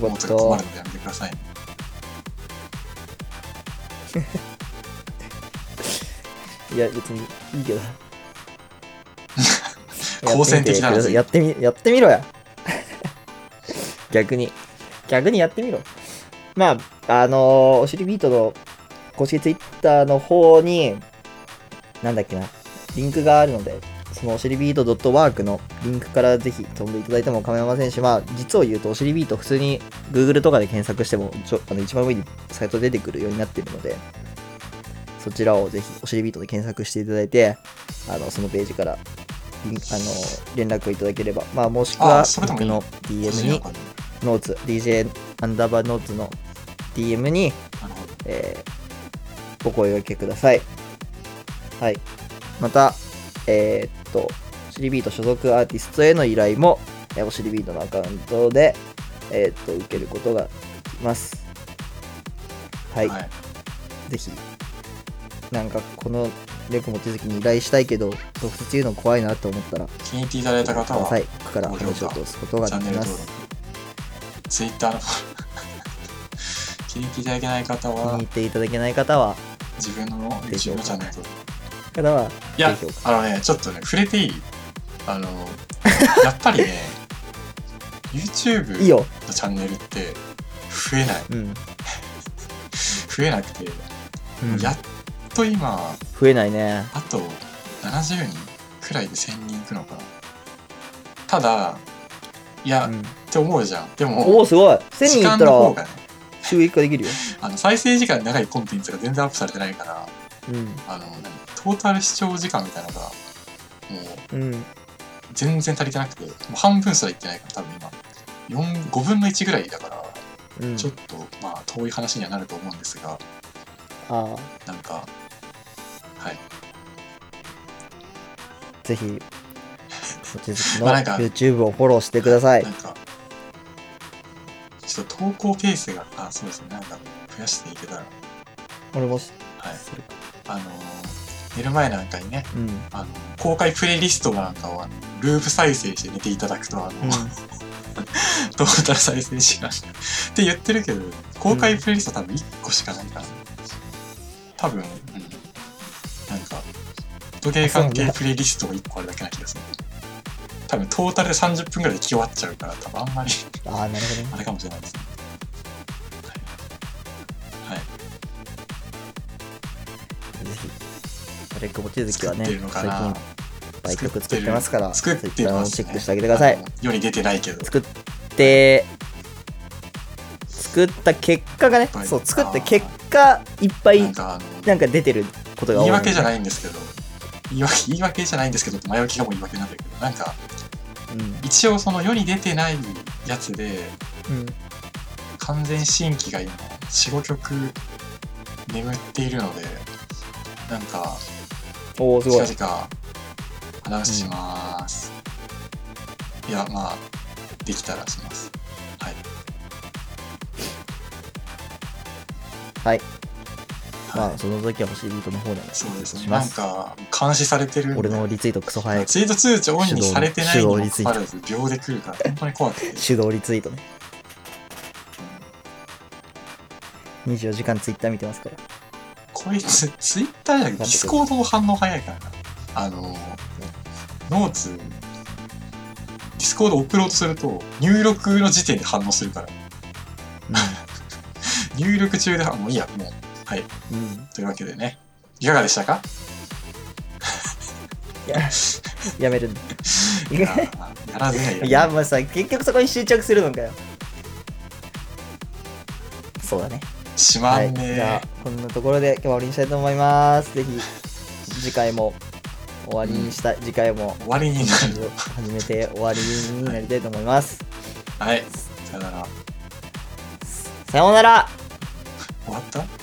もかうっちたょっと困るのでやめてくださいね。いや、別にいい けど。好戦的だなやってみてやってみやってみろや。逆に。逆にやってみろ。まあ、あのーおしりビートの公式ツイッターの方に、なんだっけな、リンクがあるので、そのおしりビート .work のリンクからぜひ飛んでいただいても構いませんし、まあ、実を言うと、おしりビート普通に Google とかで検索しても、ちょあの一番上にサイト出てくるようになっているので、そちらをぜひ、おしりビートで検索していただいて、あのそのページから、リンあの連絡をいただければ、まあ、もしくはあそれでもい僕いの DM 個人アにカ、でノーツ、DJ アンダーバーノーツの DM に、なるほど。えーお声掛けください。はい。また、えーっと、おしりビート所属アーティストへの依頼も、えーおしりビートのアカウントで、えーっと、受けることができます。はい。はい。ぜひ、なんか、このレクモ手続きに依頼したいけど、直接言うの怖いなと思ったら、気に入っていただいた方は、はい。僕から話を通すことがチでャンきネルま登す。録、ツイッターのフォロー、 気に入っていただけない方気には入っ、ていただけない方は、自分のでしょう YouTube のかチャンネル登録。方は、いやぜひお、あのね、ちょっとね、触れていい あの、やっぱりね、YouTube いいよ。のチャンネルって増えない、うん。増えなくて、うんやっと今、増えないね。あと70人くらいで1000人いくのかな。ただ、いや、うんって思うじゃん。でおも、お、すごい !1000 時人いっ間たの方らがね、収益化できるよ。あの再生時間長いコンテンツが全然アップされてないから、う。あの、何トータル視聴時間みたいなのが、もうんうん。全然足りてなくて、もう半分すらいってないから、多分今、4 5分の1ぐらいだから、うん。ちょっと、まあ、遠い話にはなると思うんですが、あなんか、はい。ーぜ ひ、そっちのまあなんか YouTube をフォローしてくださいな。んか、ちょっと投稿ペースが、あ、そうですね、なんか、増やしていけたら、俺もし、はい。それかあのー寝る前なんかにね、 うん。あの公開プレイリストなんかをあのループ再生して寝ていただくと、あの、うんトータル再生時間って言ってるけど公開プレイリスト多分1個しかないから、多分、うん、なんか時計関係プレイリストが1個あるだけな気がする多分トータルで30分ぐらいで終わっちゃうから多分あんまり ああ、なるほどね。あれかもしれないですねはい、はい、ぜひ。レックモチズキは作ね、ってるのか最な、近いっぱい曲作ってますから、作ってます、ね、チェックしてあげてくださいあ。の世に出てないけど作って、作った結果がねは、いそう、作った結果、いっぱいなんかあのなんか出てることが多言い。い訳じゃないんですけど言い訳言い訳じゃないんですけどって前置きがもう言い訳なんだけどなんかうん一応その世に出てないやつでうん。完全新規が今45曲眠っているのでなんかおお、すごい。近々話します、いやまあできたらしますはいはい。はまいあ、その時は星ビートの方でもそうですねしなまんす。か監視されてるんで俺のリツイートクソ早い。ツイート通知オンにされてないにも手動かかわらず秒で来るから本当に怖くて手動リツイートね。24時間ツイッター見てますから。こいつ、ツイッターじゃなくて、ディスコードの反応早いからな。あの、ノーツ、ディスコード送ろうとすると、入力の時点で反応するから、入力中で反応、もういいや、もう。はい。うん。うん。というわけでね、いかがでし たかや、やめるんだ。いやーやらずにはいられないいや、まあさ、結局そこに執着するのかよ。そうだね。しまはい。んじゃねあ、こんなところで今日は終わりにしたいと思います。ぜひ、次回も終わりにしたい。次回も終わりになる。始めて終わりになりたいと思います。はい。さよなら。さようなら終わった